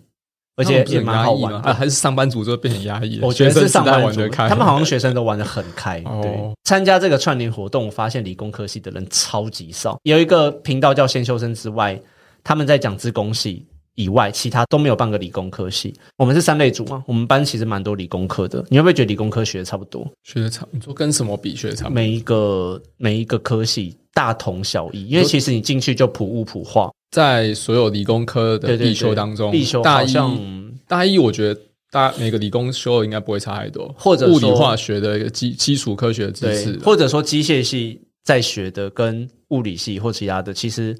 [SPEAKER 3] 而
[SPEAKER 4] 他
[SPEAKER 3] 且
[SPEAKER 4] 们不是
[SPEAKER 3] 也
[SPEAKER 4] 很
[SPEAKER 3] 蛮
[SPEAKER 4] 压
[SPEAKER 3] 好
[SPEAKER 4] 抑
[SPEAKER 3] 玩
[SPEAKER 4] 吗？
[SPEAKER 3] 的
[SPEAKER 4] 啊，还是上班族就变很压抑了。
[SPEAKER 3] 我觉得
[SPEAKER 4] 学生
[SPEAKER 3] 是
[SPEAKER 4] 时
[SPEAKER 3] 上
[SPEAKER 4] 代
[SPEAKER 3] 班
[SPEAKER 4] 玩
[SPEAKER 3] 族
[SPEAKER 4] 得，开，
[SPEAKER 3] 他们好 像学生都玩的很开。
[SPEAKER 4] 哦
[SPEAKER 3] 对，参加这个串联活动，我发现理工科系的人超级少。有一个频道叫“先修生”之外，他们在讲自工系以外，其他都没有半个理工科系。我们是三类组嘛，我们班其实蛮多理工科的。你会不会觉得理工科学的差不多？
[SPEAKER 4] 学长，你说跟什么比学长？
[SPEAKER 3] 每一个每一个科系大同小异，因为其实你进去就普物普化，
[SPEAKER 4] 在所有理工科
[SPEAKER 3] 对对
[SPEAKER 4] 的
[SPEAKER 3] 对
[SPEAKER 4] 必修当中，
[SPEAKER 3] 必修
[SPEAKER 4] 大
[SPEAKER 3] 好
[SPEAKER 4] 一
[SPEAKER 3] 像
[SPEAKER 4] 大一我觉得。大每个理工修的应该不会差太多，
[SPEAKER 3] 或者说
[SPEAKER 4] 物理化学的一个基基础科学的知
[SPEAKER 3] 对
[SPEAKER 4] 识，，
[SPEAKER 3] 或者说机械系在学的跟物理系或其他的，其实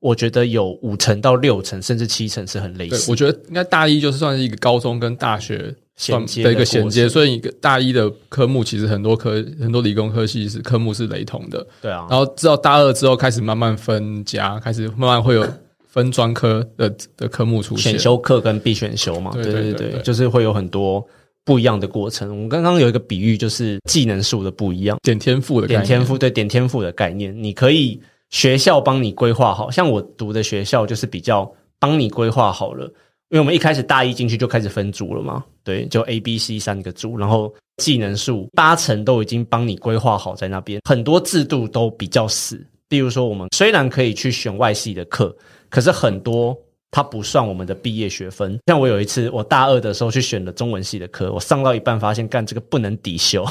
[SPEAKER 3] 我觉得有五成到六成甚至七成是很类
[SPEAKER 4] 对，
[SPEAKER 3] 似
[SPEAKER 4] 我。觉得应该大一就是算是一个高中跟大学算
[SPEAKER 3] 衔接的
[SPEAKER 4] 的一个衔接，
[SPEAKER 3] 过程
[SPEAKER 4] 所以一个大一的科目其实很多科很多理工科系是科目是雷同的，
[SPEAKER 3] 对啊，
[SPEAKER 4] 然后直到大二之后开始慢慢分家，开始慢慢会有分专科的的科目出现。
[SPEAKER 3] 选修课跟必选修嘛，
[SPEAKER 4] 对
[SPEAKER 3] 对
[SPEAKER 4] 对
[SPEAKER 3] 对
[SPEAKER 4] 对对
[SPEAKER 3] 就是会有很多不一样的过程。我们刚刚有一个比喻，就是技能数的不一样，
[SPEAKER 4] 点天赋的概
[SPEAKER 3] 点
[SPEAKER 4] 念
[SPEAKER 3] 天，赋对点天赋的概念，你可以学校帮你规划好，像我读的学校就是比较帮你规划好了。因为我们一开始大一进去就开始分组了嘛，对，就 A、B、C 三个组，然后技能数八成都已经帮你规划好在那边，很多制度都比较死。比如说，我们虽然可以去选外系的课，可是很多它不算我们的毕业学分。像我有一次，我大二的时候去选了中文系的课，我上到一半发现，干这个不能抵修。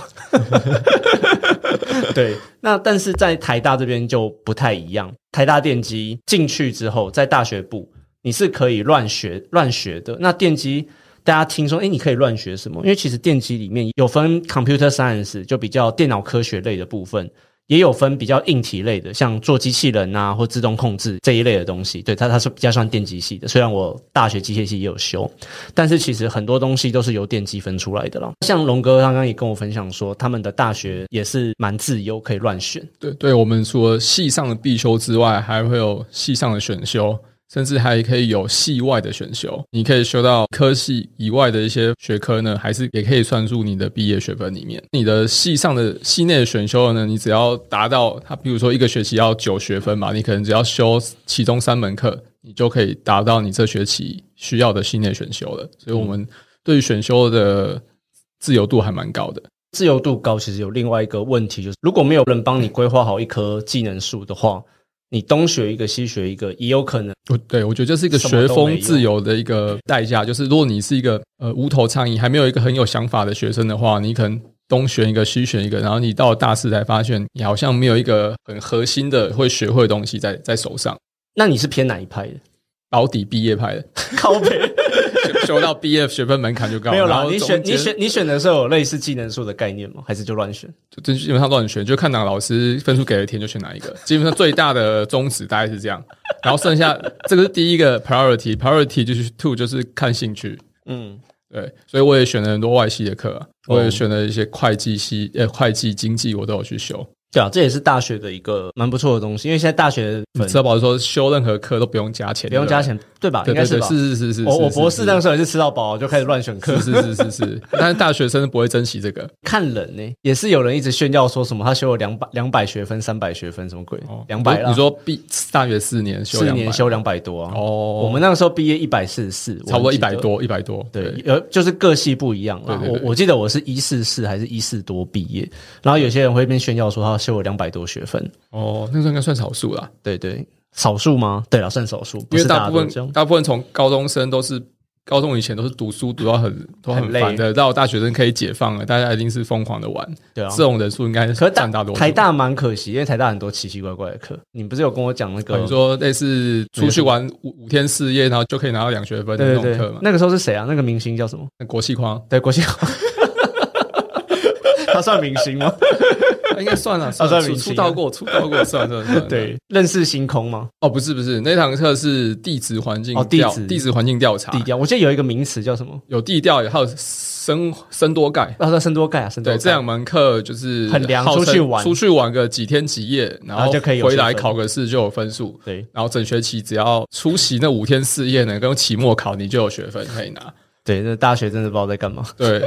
[SPEAKER 3] 对， 那但是在台大这边就不太一样。台大电机进去之后，在大学部你是可以乱学乱学的。那电机大家听说，诶，你可以乱学什么？因为其实电机里面有分 computer science，就比较电脑科学类的部分，也有分比较硬体类的，像做机器人啊或自动控制这一类的东西。对，它它是比较算电机系的。虽然我大学机械系也有修，但是其实很多东西都是由电机分出来的啦。像龙哥刚刚也跟我分享说，他们的大学也是蛮自由，可以乱选。
[SPEAKER 4] 对对，我们除了系上的必修之外，还会有系上的选修，甚至还可以有系外的选修。你可以修到科系以外的一些学科呢，还是也可以算入你的毕业学分里面。你的系上的系内的选修呢，你只要达到它，比如说一个学期要九学分嘛，你可能只要修其中三门课，你就可以达到你这学期需要的系内选修了。所以，我们对于选修的自由度还蛮高的。
[SPEAKER 3] 自由度高，其实有另外一个问题，就是如果没有人帮你规划好一棵技能树的话，你东学一个西学一个，也有可能
[SPEAKER 4] 我对我觉得这是一个
[SPEAKER 3] 什么
[SPEAKER 4] 学
[SPEAKER 3] 都没
[SPEAKER 4] 风自由的一个代价，就是如果你是一个呃无头苍蝇，还没有一个很有想法的学生的话，你可能东选一个西选一个，然后你到了大四才发现你好像没有一个很核心的会学会的东西在在手上，
[SPEAKER 3] 那你是偏哪一 派的？
[SPEAKER 4] 保底毕 业派的，
[SPEAKER 3] 靠北
[SPEAKER 4] 修修到毕业学分门槛就高，
[SPEAKER 3] 没有
[SPEAKER 4] 然
[SPEAKER 3] 啦。
[SPEAKER 4] 后
[SPEAKER 3] 你选
[SPEAKER 4] 中
[SPEAKER 3] 你
[SPEAKER 4] 间
[SPEAKER 3] 选你选的时候有类似技能树的概念吗？还是就乱选？
[SPEAKER 4] 就就基本上乱选，就看哪个老师分数给的甜就选哪一个。基本上最大的宗旨大概是这样，然后剩下这个是第一个 priority，priority 就是 two 就是看兴趣。
[SPEAKER 3] 嗯，
[SPEAKER 4] 对，所以我也选了很多外系的课、啊，我
[SPEAKER 3] 哦
[SPEAKER 4] 也选了一些会计系、呃会计、经济，我都有去修。
[SPEAKER 3] 对啊，这也是大学的一个蛮不错的东西，因为现在大学
[SPEAKER 4] 你
[SPEAKER 3] 本
[SPEAKER 4] 吃到饱说修任何课都不用加钱，
[SPEAKER 3] 不用加钱，对吧？
[SPEAKER 4] 对
[SPEAKER 3] 应
[SPEAKER 4] 不对，
[SPEAKER 3] 该
[SPEAKER 4] 对对
[SPEAKER 3] 吧？哦
[SPEAKER 4] 对，是是是是。
[SPEAKER 3] 我我
[SPEAKER 4] 是
[SPEAKER 3] 博士
[SPEAKER 4] 是
[SPEAKER 3] 那时候也是吃到饱，就开始乱选课
[SPEAKER 4] 是。是是是是，但是大学生不会珍惜这个。
[SPEAKER 3] 看人呢、也是有人一直炫耀说什么他修了两百两百学分、三百学分什么鬼，哦两百啦
[SPEAKER 4] 哦你说毕大学四年修
[SPEAKER 3] 四年
[SPEAKER 4] 200
[SPEAKER 3] 修两百多啊？
[SPEAKER 4] 哦，
[SPEAKER 3] 我们那个时候毕业一百四十四，
[SPEAKER 4] 差不多
[SPEAKER 3] 我
[SPEAKER 4] 一
[SPEAKER 3] 记得
[SPEAKER 4] 百。多，一百多。
[SPEAKER 3] 对，呃，就是各系不一样啦。
[SPEAKER 4] 对对对
[SPEAKER 3] 我我记得我是一四四还是一四多毕业，然后有些人会边炫耀说他修了两百多学分，
[SPEAKER 4] 哦，那时候应该算少数啦，
[SPEAKER 3] 对对，少数吗？对了，算少数，不
[SPEAKER 4] 因为
[SPEAKER 3] 是
[SPEAKER 4] 大
[SPEAKER 3] 家
[SPEAKER 4] 部
[SPEAKER 3] 都这样
[SPEAKER 4] 分。大部分从高中生都是。高中以前都是读书读到很都
[SPEAKER 3] 很
[SPEAKER 4] 很
[SPEAKER 3] 累
[SPEAKER 4] 烦的，到大学生可以解放了，大家一定是疯狂的玩。
[SPEAKER 3] 对啊
[SPEAKER 4] 这种人数应该
[SPEAKER 3] 可是大
[SPEAKER 4] 占大多数。
[SPEAKER 3] 台大蛮可惜，因为台大很多奇奇怪怪的课。你不是有跟我讲那个？
[SPEAKER 4] 比如哦说类似出去玩五五天四夜，然后就可以拿到两学分的
[SPEAKER 3] 对
[SPEAKER 4] 那
[SPEAKER 3] 对
[SPEAKER 4] 种课
[SPEAKER 3] 对
[SPEAKER 4] 嘛，？
[SPEAKER 3] 那个时候是谁啊？那个明星叫什么？
[SPEAKER 4] 那国 际框
[SPEAKER 3] 对，国庆。他算明星 吗？
[SPEAKER 4] 应该算了，
[SPEAKER 3] 啊
[SPEAKER 4] 算
[SPEAKER 3] 算
[SPEAKER 4] 了，
[SPEAKER 3] 明
[SPEAKER 4] 出
[SPEAKER 3] 星
[SPEAKER 4] 出道过，出道过，算了算了算了。
[SPEAKER 3] 对，认识星空吗？
[SPEAKER 4] 哦，不是不是，那堂课是地质环境
[SPEAKER 3] 哦地
[SPEAKER 4] 调
[SPEAKER 3] 质
[SPEAKER 4] 地质环境调查
[SPEAKER 3] 低，调，我记得有一个名词叫什么？
[SPEAKER 4] 有地调，也还有生生多盖。
[SPEAKER 3] 啊，叫圣多盖啊，圣多
[SPEAKER 4] 对，
[SPEAKER 3] 盖。
[SPEAKER 4] 这两门课就是
[SPEAKER 3] 很凉
[SPEAKER 4] 号称
[SPEAKER 3] 出去玩
[SPEAKER 4] 出去玩个几天几夜，然
[SPEAKER 3] 然后
[SPEAKER 4] 后
[SPEAKER 3] 就可以有
[SPEAKER 4] 回
[SPEAKER 3] 学
[SPEAKER 4] 来
[SPEAKER 3] 分
[SPEAKER 4] 考个试就有分数。
[SPEAKER 3] 对
[SPEAKER 4] 然后整学期只要出席那五天四夜呢，跟期末考你就有学分可以拿。
[SPEAKER 3] 对，那大学真的不知道在干嘛。
[SPEAKER 4] 对，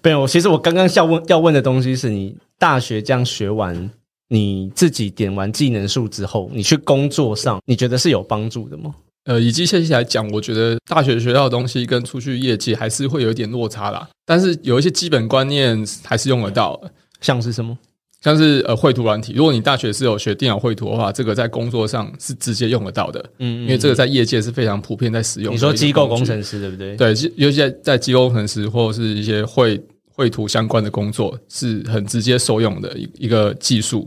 [SPEAKER 3] 没有，其实我刚刚要问要问的东西是你大学这样学完，你自己点完技能树之后，你去工作上，你觉得是有帮助的吗？
[SPEAKER 4] 呃，以机械系来讲，我觉得大学学到的东西跟出去业界还是会有一点落差啦。但是有一些基本观念还是用得到的，
[SPEAKER 3] 像是什么？
[SPEAKER 4] 像是呃绘图软体，如果你大学是有学电脑绘图的话，这个在工作上是直接用得到的，
[SPEAKER 3] 嗯
[SPEAKER 4] 因为这个在业界是非常普遍在使用的
[SPEAKER 3] 你
[SPEAKER 4] 一个
[SPEAKER 3] 说
[SPEAKER 4] 工具。
[SPEAKER 3] 机构工程师对不对？
[SPEAKER 4] 对，其尤其在在机构工程师或者是一些绘绘图相关的工作，是很直接受用的一一个技术。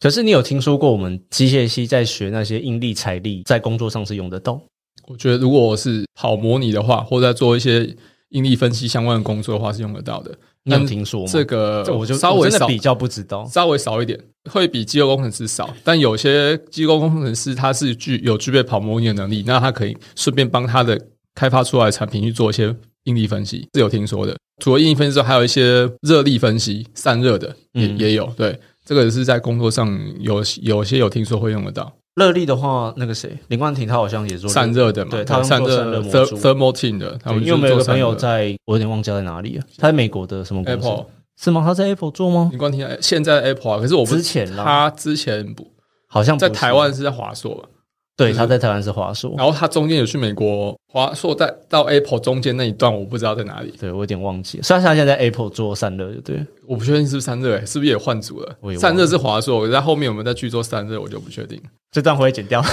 [SPEAKER 3] 可是你有听说过我们机械系在学那些应力、财力，在工作上是用得到？
[SPEAKER 4] 我觉得如果我是跑模拟的话，或者在做一些应力分析相关的工作的话，是用得到的。
[SPEAKER 3] 你有
[SPEAKER 4] 但
[SPEAKER 3] 听说吗？
[SPEAKER 4] 嗯这个
[SPEAKER 3] 这我就
[SPEAKER 4] 稍
[SPEAKER 3] 我
[SPEAKER 4] 微
[SPEAKER 3] 真的
[SPEAKER 4] 少
[SPEAKER 3] 比较不知道。
[SPEAKER 4] 稍微少一点，会比机构工程师少，但有些机构工程师他是具有具备跑模拟的能力，那他可以顺便帮他的开发出来的产品去做一些应力分析，是有听说的。除了应力分析之外，还有一些热力分析、散热的也、
[SPEAKER 3] 嗯
[SPEAKER 4] 也有。对，这个是在工作上有有些有听说会用得到
[SPEAKER 3] 热力的话，那个谁，林冠廷他好像也做
[SPEAKER 4] 散热的嘛，
[SPEAKER 3] 对他好像
[SPEAKER 4] 散
[SPEAKER 3] 做散热
[SPEAKER 4] 热
[SPEAKER 3] 模组
[SPEAKER 4] ther- thermal team 的，他
[SPEAKER 3] 对
[SPEAKER 4] 们
[SPEAKER 3] 因为我们有
[SPEAKER 4] 就是
[SPEAKER 3] 个
[SPEAKER 4] 做
[SPEAKER 3] 朋
[SPEAKER 4] 散
[SPEAKER 3] 友
[SPEAKER 4] 热。
[SPEAKER 3] 在，我有点忘记他在哪里了。他在美国的什么公司
[SPEAKER 4] Apple，嗯
[SPEAKER 3] 是吗？他在 Apple 做吗
[SPEAKER 4] 你？光听现在的 Apple 啊，可是我不
[SPEAKER 3] 之前啦
[SPEAKER 4] 他之前不哦
[SPEAKER 3] 好像不
[SPEAKER 4] 在
[SPEAKER 3] 是
[SPEAKER 4] 台湾是在华硕吧？
[SPEAKER 3] 对，
[SPEAKER 4] 就是
[SPEAKER 3] 他在台湾是华硕，
[SPEAKER 4] 然后他中间有去美国，华硕在到 Apple 中间那一段，我不知道在哪里，
[SPEAKER 3] 对我有点忘记了，虽然他现在在 Apple 做散热，就对，
[SPEAKER 4] 我不确定是不是散热、欸，是不是也换组了
[SPEAKER 3] 我也？忘了
[SPEAKER 4] 散热是华硕，我在后面有没有再去做散热，我就不确定。
[SPEAKER 3] 这段会剪掉。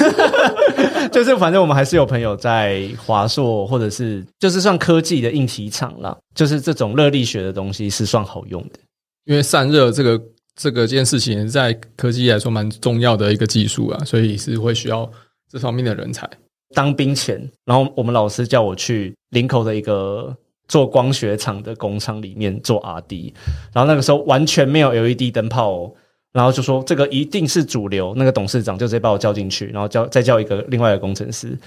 [SPEAKER 3] 就是反正我们还是有朋友在华硕，或者是就是算科技的硬体厂啦，就是这种热力学的东西是算好用的。
[SPEAKER 4] 因为散热这个这个件事情，在科技来说蛮重要的一个技术啊，所以是会需要这方面的人才。
[SPEAKER 3] 当兵前，然后我们老师叫我去林口的一个做光学厂的工厂里面做 R D，然后那个时候完全没有 LED 灯泡哦，然后就说这个一定是主流，那个董事长就直接把我叫进去，然后叫再叫一个另外一个工程师，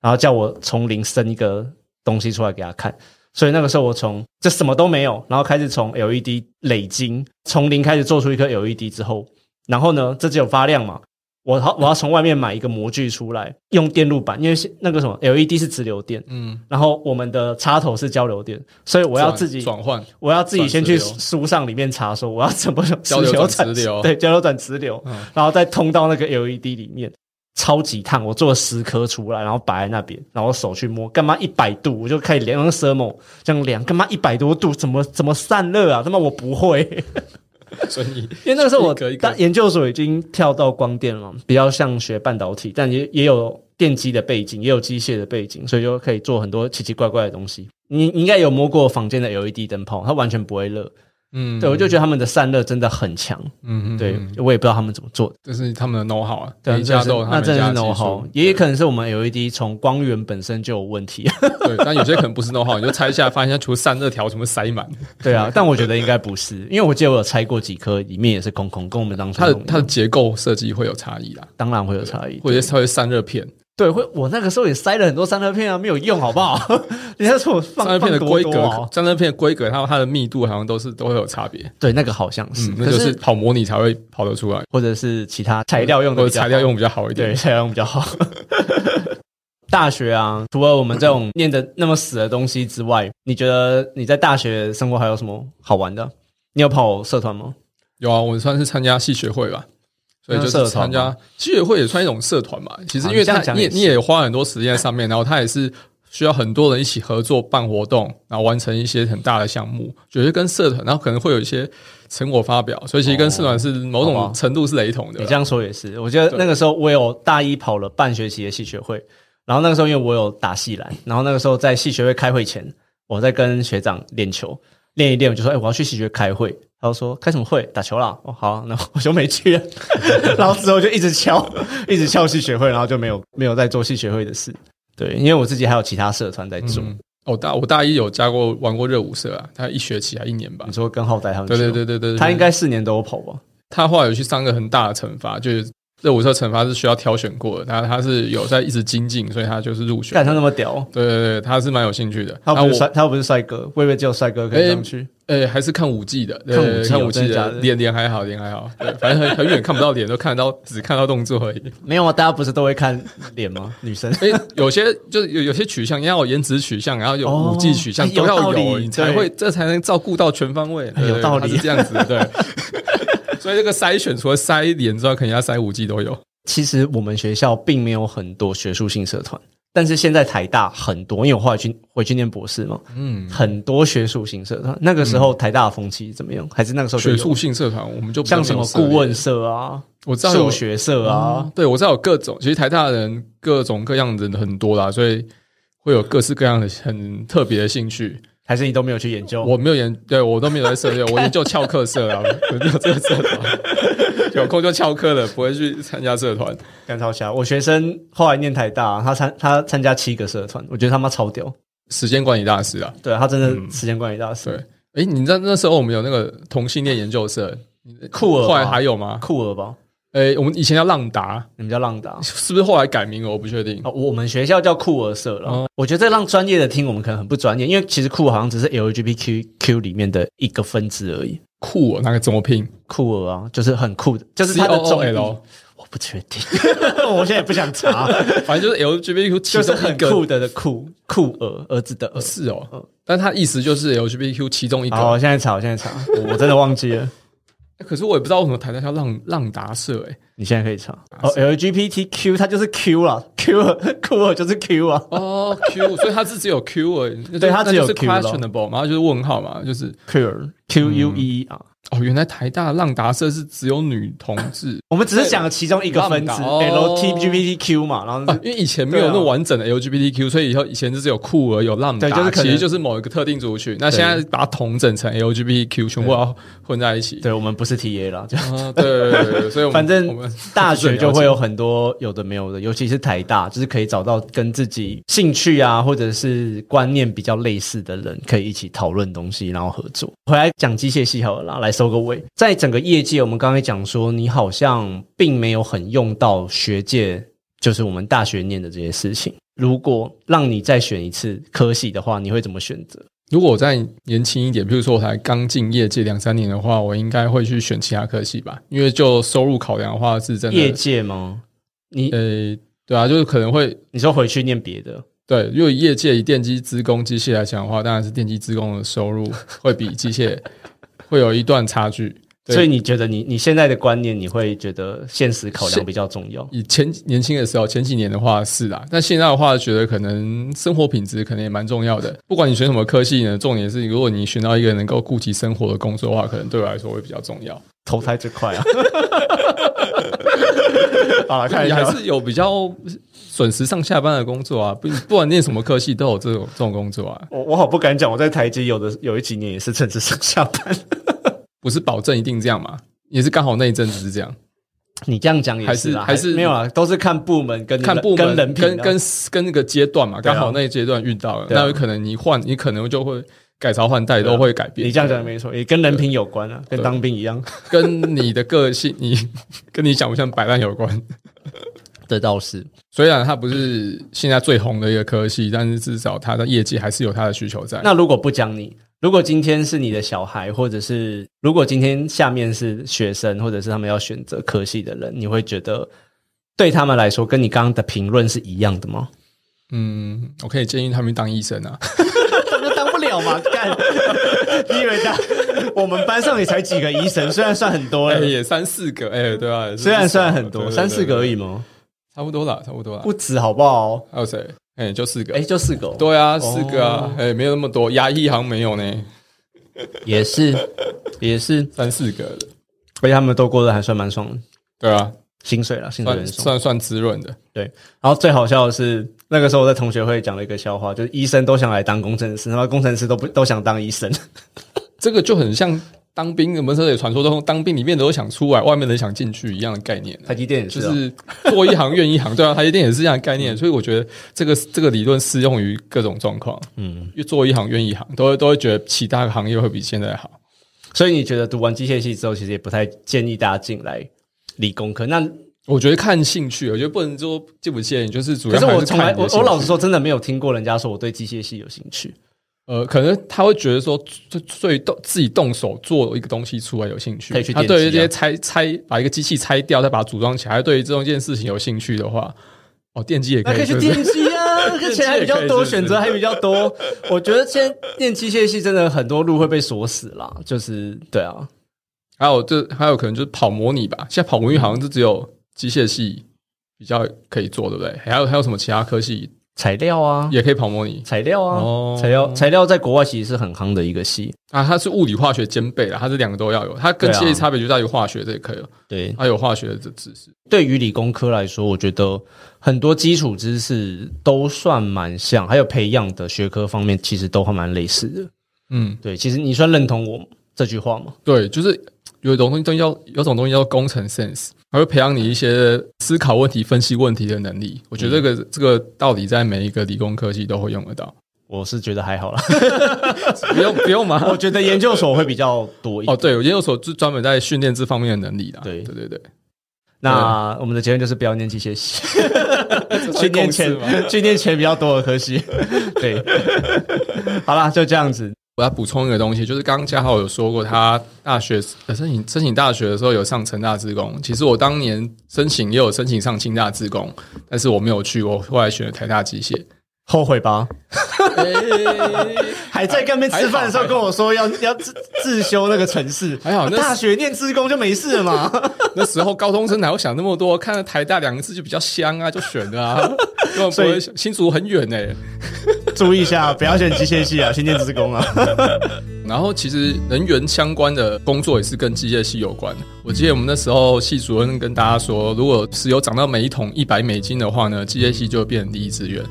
[SPEAKER 3] 然后叫我从零生一个东西出来给他看。所以那个时候我从这什么都没有，然后开始从 LED 累积，从零开始做出一颗 LED 之后，然后呢，这只有发亮嘛，我好，我要从外面买一个模具出来，用电路板，因为是那个什么 LED 是直流电，
[SPEAKER 4] 嗯，
[SPEAKER 3] 然后我们的插头是交流电，所以我要自己，
[SPEAKER 4] 转换，
[SPEAKER 3] 我要自己先去
[SPEAKER 4] 转直流
[SPEAKER 3] 书上里面查，说我要怎么 用
[SPEAKER 4] 交流转
[SPEAKER 3] 转
[SPEAKER 4] 直流
[SPEAKER 3] 对，交流转直流，
[SPEAKER 4] 嗯
[SPEAKER 3] 然后再通到那个 LED 里面，超级烫，我做了十颗出来，然后摆在那边，然后手去摸，干嘛一百度，我就开始量用 thermo 这样量，干嘛一百多度，怎么怎么散热啊？他妈我不会。
[SPEAKER 4] 所以 你
[SPEAKER 3] 因为那个时候我
[SPEAKER 4] 一个一个
[SPEAKER 3] 当研究所已经跳到光电了嘛，比较像学半导体，但也也有电机的背景，也有机械的背景，所以就可以做很多奇奇怪怪的东西。你你应该有摸过房间的 LED 灯泡，它完全不会热。
[SPEAKER 4] 嗯，
[SPEAKER 3] 对，我就觉得他们的散热真的很强。
[SPEAKER 4] 嗯嗯，
[SPEAKER 3] 对
[SPEAKER 4] 嗯，
[SPEAKER 3] 我也不知道他们怎么做的。
[SPEAKER 4] 这是他们的 know how 啊，
[SPEAKER 3] 对，
[SPEAKER 4] 每一家
[SPEAKER 3] 真的
[SPEAKER 4] 都
[SPEAKER 3] 是
[SPEAKER 4] 有他
[SPEAKER 3] 那
[SPEAKER 4] 们
[SPEAKER 3] 真的
[SPEAKER 4] 家
[SPEAKER 3] 是
[SPEAKER 4] 的
[SPEAKER 3] know
[SPEAKER 4] 技
[SPEAKER 3] how，
[SPEAKER 4] 术，
[SPEAKER 3] 也有可能是我们 LED 从光源本身就有问题。啊
[SPEAKER 4] 对，但有些可能不是 know how，你就拆下来发现它除了散热条全部塞满，
[SPEAKER 3] 对啊，但我觉得应该不是，因为我记得我有拆过几颗，里面也是空空，跟我们当初
[SPEAKER 4] 它的
[SPEAKER 3] 用一样
[SPEAKER 4] 它的结构设计会有差异啦，
[SPEAKER 3] 当然会有差异，
[SPEAKER 4] 或者是它会散热片，
[SPEAKER 3] 对，会我那个时候也塞了很多散热片啊，没有用，好不好？ 人家说我放
[SPEAKER 4] 散热片的
[SPEAKER 3] 放
[SPEAKER 4] 规
[SPEAKER 3] 多多啊
[SPEAKER 4] 格，散热片的规格，还有它的密度好像都是都会有差别，
[SPEAKER 3] 对，那个好像是，
[SPEAKER 4] 嗯，
[SPEAKER 3] 可
[SPEAKER 4] 那就是是跑模拟才会跑得出来，
[SPEAKER 3] 或者是其他材料用的
[SPEAKER 4] 或者
[SPEAKER 3] 比较好
[SPEAKER 4] 材料用比较好一
[SPEAKER 3] 对
[SPEAKER 4] 点，
[SPEAKER 3] 材料用比较好。 大学啊，除了我们这种念的那么死的东西之外，你觉得你在大学生活还有什么好玩的？你有跑社团吗？
[SPEAKER 4] 有啊，我算是参加系学会吧，所以就
[SPEAKER 3] 那社
[SPEAKER 4] 是
[SPEAKER 3] 团
[SPEAKER 4] 参加系学会也算一种社团吧。其实
[SPEAKER 3] 啊
[SPEAKER 4] 因为
[SPEAKER 3] 你这样
[SPEAKER 4] 他
[SPEAKER 3] 讲
[SPEAKER 4] 你
[SPEAKER 3] 也
[SPEAKER 4] 也
[SPEAKER 3] 是
[SPEAKER 4] 你也花很多时间在上面，然后他也是需要很多人一起合作办活动，然后完成一些很大的项目，有些跟社团，然后可能会有一些成果发表，所以其实跟社团是某
[SPEAKER 3] 好吧
[SPEAKER 4] 种程度是雷同的
[SPEAKER 3] 你
[SPEAKER 4] 啦
[SPEAKER 3] 这。样说也是，我觉得
[SPEAKER 4] 对
[SPEAKER 3] 那个时候我有大一跑了半学期的戏学会，然后那个时候因为我有打戏篮，然后那个时候在戏学会开会前，我在跟学长练球，练一练我就说，哎、我要去戏学会开会，他就说开什么会，打球啦，哦好啊、那我就没去了， 然后之后就一直敲，一直敲戏学会，然后就没有没有再做戏学会的事，对，因为我自己还有其他社团在做，
[SPEAKER 4] 嗯哦，大我大一有加过玩过热舞社啊，他一学期还一年吧
[SPEAKER 3] 你。说跟浩代他们
[SPEAKER 4] 对对
[SPEAKER 3] 去
[SPEAKER 4] 对对对，
[SPEAKER 3] 吗，
[SPEAKER 4] 对
[SPEAKER 3] 嗯哦他应该四年都有跑吧，
[SPEAKER 4] 他后来有去上个很大的惩罚，就是热舞社惩罚是需要挑选过的，他他是有在一直精进，所以他就是入选
[SPEAKER 3] 看。他那么屌。
[SPEAKER 4] 对对对，他是蛮有兴趣的。
[SPEAKER 3] 他
[SPEAKER 4] 那
[SPEAKER 3] 不
[SPEAKER 4] 我
[SPEAKER 3] 是帅，他不是帅哥，我以为只有帅哥可以上去。
[SPEAKER 4] 呃、还是看五 G 的，对
[SPEAKER 3] 看武技
[SPEAKER 4] 看
[SPEAKER 3] 哦
[SPEAKER 4] 五 G
[SPEAKER 3] 真的假
[SPEAKER 4] 的
[SPEAKER 3] 的
[SPEAKER 4] 脸脸还好，脸还好，对，反正很很远看不到脸，都看得到，只看到动作而已。
[SPEAKER 3] 没有啊，大家不是都会看脸 吗？女生
[SPEAKER 4] 哎、有些就是有有些取向，要有颜值取向，然后有
[SPEAKER 3] 哦
[SPEAKER 4] 武技取向、
[SPEAKER 3] 哎有
[SPEAKER 4] 都
[SPEAKER 3] 道
[SPEAKER 4] 要
[SPEAKER 3] 理
[SPEAKER 4] 有，你才
[SPEAKER 3] 对哎
[SPEAKER 4] 会这才能照顾到全方位。对
[SPEAKER 3] 有道理
[SPEAKER 4] 它是这样 子的，对。所以这个筛选除了筛脸之外，肯定要筛五 G 都有。
[SPEAKER 3] 其实我们学校并没有很多学术性社团，但是现在台大很多，因为我后来去回去念博士嘛，
[SPEAKER 4] 嗯，
[SPEAKER 3] 很多学术性社团。那个时候台大的风气怎么样？还是那个时候就有
[SPEAKER 4] 学术性社团我们就比较
[SPEAKER 3] 像什么
[SPEAKER 4] 没有涉
[SPEAKER 3] 顾问
[SPEAKER 4] 猎，
[SPEAKER 3] 社啊、
[SPEAKER 4] 我知道有嗯
[SPEAKER 3] 数学社啊，
[SPEAKER 4] 对，我知道有各种，其实台大的人各种各样的人很多啦，所以会有各式各样的很特别的兴趣。
[SPEAKER 3] 还是你都没有去研究？
[SPEAKER 4] 我没有研，对我都没有在 涉猎，我研究翘课社啊，我没有这个社团，有空就翘课了，不会去参加社团。
[SPEAKER 3] 干超瞎！我学生后来念台大，他参他参加七个社团，我觉得他妈超屌。
[SPEAKER 4] 时间管理大师啊，
[SPEAKER 3] 对他真的时间管理大师，
[SPEAKER 4] 对，诶，你知道那时候我们有那个同性恋研究社，
[SPEAKER 3] 酷儿吧
[SPEAKER 4] 后来还有吗？
[SPEAKER 3] 酷儿吧？
[SPEAKER 4] 诶，我们以前叫浪达，
[SPEAKER 3] 你们叫浪达。
[SPEAKER 4] 是不是后来改名了？我不确定
[SPEAKER 3] 哦，。我们学校叫酷儿社了。
[SPEAKER 4] 哦
[SPEAKER 3] 我觉得这让专业的听，我们可能很不专业，因为其实酷儿好像只是 LGBTQ 里面的一个分支而已。
[SPEAKER 4] 酷、哦，那个怎么拼
[SPEAKER 3] 酷儿啊，就是很酷的，就是
[SPEAKER 4] ？C
[SPEAKER 3] 它
[SPEAKER 4] O
[SPEAKER 3] 的
[SPEAKER 4] O
[SPEAKER 3] 中
[SPEAKER 4] L，
[SPEAKER 3] 我不确 定，我现在也不想查，
[SPEAKER 4] 反正就是 L G B Q，
[SPEAKER 3] 就是很酷的的酷酷儿儿子的儿。嗯
[SPEAKER 4] 是哦哦，但他意思就是 LGBTQ 其中一个。
[SPEAKER 3] 好，我现在查，我现在查，我我真的忘记了。
[SPEAKER 4] 可是我也不知道为什么台大叫浪浪达社、欸，
[SPEAKER 3] 你现在可以查哦，LGBTQ 它就是 Q 啦 q 了酷儿就是 Q 啊，
[SPEAKER 4] 哦 Q，所以它是只有 Q 而已，那就
[SPEAKER 3] 对它只有
[SPEAKER 4] 那就是
[SPEAKER 3] Q 咯
[SPEAKER 4] questionable 嘛，它就是问号嘛，就是
[SPEAKER 3] queer Q U E 啊，
[SPEAKER 4] 哦，原来台大浪达社是只有女同志
[SPEAKER 3] 我们只是讲了其中一个分支
[SPEAKER 4] 浪达哦
[SPEAKER 3] LGBTQ 嘛，然后
[SPEAKER 4] 啊
[SPEAKER 3] 是，
[SPEAKER 4] 因为以前没有那么完整的 LGBTQ，所以以后以前就是有酷儿有浪达，
[SPEAKER 3] 对就是可能
[SPEAKER 4] 其实就是某一个特定族群。那现在把它统整成 LGBTQ，全部要混在一起。
[SPEAKER 3] 对我们不是 TA 啦，就
[SPEAKER 4] 啊，对对对对对，所以我
[SPEAKER 3] 反
[SPEAKER 4] 们我
[SPEAKER 3] 正
[SPEAKER 4] 们
[SPEAKER 3] 大学就会有很多有的没有的，尤其是台大，就是可以找到跟自己兴趣啊，或者是观念比较类似的人，可以一起讨论东西，然后合作。回来讲机械系好了啦，来收个尾。在整个业界，我们刚才讲说，你好像并没有很用到学界，就是我们大学念的这些事情。如果让你再选一次科系的话，你会怎么选择？
[SPEAKER 4] 如果我再年轻一点，比如说我才刚进业界两三年的话，我应该会去选其他科系吧，因为就收入考量的话，是真
[SPEAKER 3] 业
[SPEAKER 4] 的，
[SPEAKER 3] 界吗？你
[SPEAKER 4] 呃，对啊，就是可能会
[SPEAKER 3] 你说回去念别的，
[SPEAKER 4] 对，因为业界以电机、资工、机械来讲的话，当然是电机、资工的收入会比机械会有一段差距。对
[SPEAKER 3] 所以你觉得你你现在的观念，你会觉得现实考量比较重要？
[SPEAKER 4] 以前年轻的时候，前几年的话是啦，但现在的话，觉得可能生活品质可能也蛮重要的。不管你选什么科系呢，重点是如果你选到一个能够顾及生活的工作的话，可能对我来说会比较重要。
[SPEAKER 3] 投胎最快啊！ 好了，看一
[SPEAKER 4] 你
[SPEAKER 3] 下
[SPEAKER 4] 还
[SPEAKER 3] 吧，
[SPEAKER 4] 是有比较准时上下班的工作啊，不不管念什么科系都有这种这种工作啊，
[SPEAKER 3] 我我好不敢讲，我在台积有的有一几年也是趁着上下班。
[SPEAKER 4] 不是保证一定这样嘛，也是刚好那一阵子是这样，
[SPEAKER 3] 你这样讲也是啦，
[SPEAKER 4] 还是还是
[SPEAKER 3] 没有啊，都是看部门跟
[SPEAKER 4] 看部
[SPEAKER 3] 跟
[SPEAKER 4] 门
[SPEAKER 3] 人品
[SPEAKER 4] 跟
[SPEAKER 3] 啊
[SPEAKER 4] 跟跟那个阶段嘛，
[SPEAKER 3] 对啊
[SPEAKER 4] 刚好那个阶段遇到了，
[SPEAKER 3] 对啊
[SPEAKER 4] 那有可能你换，你可能就会改朝换代
[SPEAKER 3] 对啊
[SPEAKER 4] 都会改变。
[SPEAKER 3] 你这样讲没错，也跟人品有关啊，跟当兵一样。
[SPEAKER 4] 跟你的个性， 你跟你想不像摆烂有关。
[SPEAKER 3] 这倒是，
[SPEAKER 4] 虽然它不是现在最红的一个科系，但是至少它的业绩还是有它的需求在。
[SPEAKER 3] 那如果不讲你，如果今天是你的小孩，或者是如果今天下面是学生，或者是他们要选择科系的人，你会觉得对他们来说，跟你刚刚的评论是一样的吗？
[SPEAKER 4] 嗯，我可以建议他们当医生啊。
[SPEAKER 3] 那当不了嘛，干！你以为当我们班上也才几个医生，虽然算很多
[SPEAKER 4] 哎、
[SPEAKER 3] 了，
[SPEAKER 4] 也三四个，哎、对吧、啊？
[SPEAKER 3] 虽然算很多，
[SPEAKER 4] 对
[SPEAKER 3] 三四个而，
[SPEAKER 4] 对对
[SPEAKER 3] 已
[SPEAKER 4] 对
[SPEAKER 3] 吗？
[SPEAKER 4] 差不多啦，差不多啦。
[SPEAKER 3] 不止好不好？
[SPEAKER 4] 还有谁？哎、就四个。
[SPEAKER 3] 哎，就四个哦，
[SPEAKER 4] 对啊，四个啊
[SPEAKER 3] 哦，
[SPEAKER 4] 哎、没有那么多，牙医好像没有呢，
[SPEAKER 3] 也是也是，
[SPEAKER 4] 三四个，
[SPEAKER 3] 而且他们都过得还算蛮爽的，
[SPEAKER 4] 对啊，
[SPEAKER 3] 薪水了，薪水
[SPEAKER 4] 算
[SPEAKER 3] 很爽。
[SPEAKER 4] 算算滋润的。
[SPEAKER 3] 对，然后最好笑的是，那个时候我在同学会讲了一个笑话，就是医生都想来当工程师，他妈工程师都不都想当医生。
[SPEAKER 4] 这个就很像当兵，我们这里传说中当兵里面的都想出来，外面的想进去一样的概念啊、
[SPEAKER 3] 台积电也
[SPEAKER 4] 就是
[SPEAKER 3] 啊嗯
[SPEAKER 4] 是做一行怨一 行，对啊，台积电也是这样的概念，所以我觉得这个这个理论适用于各种状况，嗯，因为做一行怨一行，都会都会觉得其他行业会比现在好。
[SPEAKER 3] 所以你觉得读完机械系之后，其实也不太建议大家进来理工科。那
[SPEAKER 4] 我觉得看兴趣，我觉得不能说介不介意，就是主
[SPEAKER 3] 可
[SPEAKER 4] 要
[SPEAKER 3] 是
[SPEAKER 4] 还
[SPEAKER 3] 我
[SPEAKER 4] 是
[SPEAKER 3] 从来
[SPEAKER 4] 看
[SPEAKER 3] 我
[SPEAKER 4] 你的兴趣
[SPEAKER 3] 我老实说，真的没有听过人家说我对机械系有兴趣。
[SPEAKER 4] 呃，可能他会觉得说，最最动自己动手做一个东西出来有兴趣，
[SPEAKER 3] 可以去
[SPEAKER 4] 他
[SPEAKER 3] 电
[SPEAKER 4] 对于
[SPEAKER 3] 机啊
[SPEAKER 4] 这些拆拆把一个机器拆掉，再把它组装起来，对于这种一件事情有兴趣的话，哦，电机也可以，是不是
[SPEAKER 3] 机啊，而且还比 较多选择，还比较多。我觉得现在电机械系真的很多路会被锁死啦，就是对啊，
[SPEAKER 4] 还有这还有可能就是跑模拟吧，现在跑
[SPEAKER 3] 嗯
[SPEAKER 4] 模拟好像就只有机械系比较可以做，对不对？还有还有什么其他科系
[SPEAKER 3] 材料啊，
[SPEAKER 4] 也可以跑模拟
[SPEAKER 3] 材料啊，
[SPEAKER 4] 哦
[SPEAKER 3] 材料材料在国外其实是很夯的一个系，
[SPEAKER 4] 啊？它是物理化学兼备啦，它是两个都要有，它跟
[SPEAKER 3] 对啊
[SPEAKER 4] 机械差别就在于化学这一科了，啊
[SPEAKER 3] 对，
[SPEAKER 4] 它有化学的知识。
[SPEAKER 3] 对于理工科来说，我觉得很多基础知识都算蛮像，还有培养的学科方面其实都还蛮类似的。
[SPEAKER 4] 嗯，
[SPEAKER 3] 对，其实你算认同我这句话吗？
[SPEAKER 4] 对，就是有一种东西叫有种东西叫工程 sense，它会培养你一些思考问题、分析问题的能力。我觉得这个、
[SPEAKER 3] 嗯
[SPEAKER 4] 这个道理在每一个理工科系都会用得到，
[SPEAKER 3] 我是觉得还好啦，
[SPEAKER 4] 不用不用吗？
[SPEAKER 3] 我觉得研究所会比较多一点。
[SPEAKER 4] 哦，对，我研究所就专门在训练这方面的能力啦。
[SPEAKER 3] 对
[SPEAKER 4] 对对对。
[SPEAKER 3] 那我们的结论就是不要念机械 系，去念
[SPEAKER 4] 这是公式
[SPEAKER 3] 钱，去念钱比较多的科系。 对，好啦，就这样子。
[SPEAKER 4] 我要补充一个东西，就是刚刚嘉豪有说过，他大学呃申请申请大学的时候有上成大职工。其实我当年申请也有申请上清大职工，但是我没有去，我后来选了台大机械。
[SPEAKER 3] 后悔 吧？还在跟那边吃饭的时候
[SPEAKER 4] 还好还好
[SPEAKER 3] 跟我说要要自自修那个城市，
[SPEAKER 4] 还好那是
[SPEAKER 3] 大学念自工就没事了嘛。
[SPEAKER 4] 那时候高中生哪会想那么多？看了台大两个字就比较香啊，就选了 啊。根本不
[SPEAKER 3] 所以
[SPEAKER 4] 会想新竹很远呢、 欸
[SPEAKER 3] 注意一下，不要选机械系啊，去念自工啊。
[SPEAKER 4] 然后其实能源相关的工作也是跟机械系有关。我记得我们那时候系主任跟大家说，如果石油涨到每一桶一百美金的话呢，机械系就会变成第一志愿。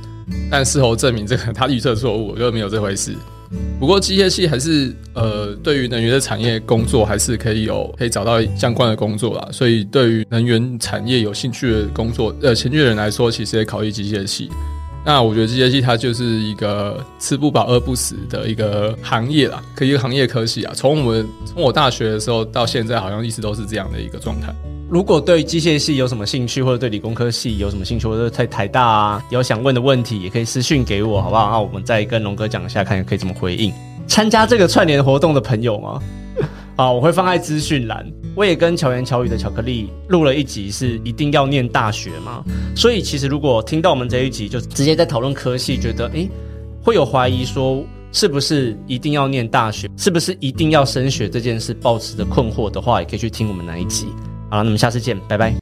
[SPEAKER 4] 但事后证明这个他预测错误，就没有这回事。不过机械系还是呃，对于能源的产业工作还是可以有可以找到相关的工作啦。所以对于能源产业有兴趣的工作呃，兴趣的人来说，其实也考虑机械系。那我觉得机械系它就是一个吃不饱饿不死的一个行业啦，可一个行业科系啊。从我们从我大学的时候到现在，好像一直都是这样的一个状态。
[SPEAKER 3] 如果对机械系有什么兴趣，或者对理工科系有什么兴趣，或者在台大啊有想问的问题，也可以私讯给我，好不好？那我们再跟龙哥讲一下，看可以怎么回应。参加这个串联活动的朋友吗？好，我会放在资讯栏。我也跟巧言巧语的巧克力录了一集，是一定要念大学嘛？所以其实如果听到我们这一集，就直接在讨论科系，觉得诶会有怀疑说是不是一定要念大学，是不是一定要升学这件事，抱持着困惑的话，也可以去听我们那一集。好了，那么下次见，拜拜。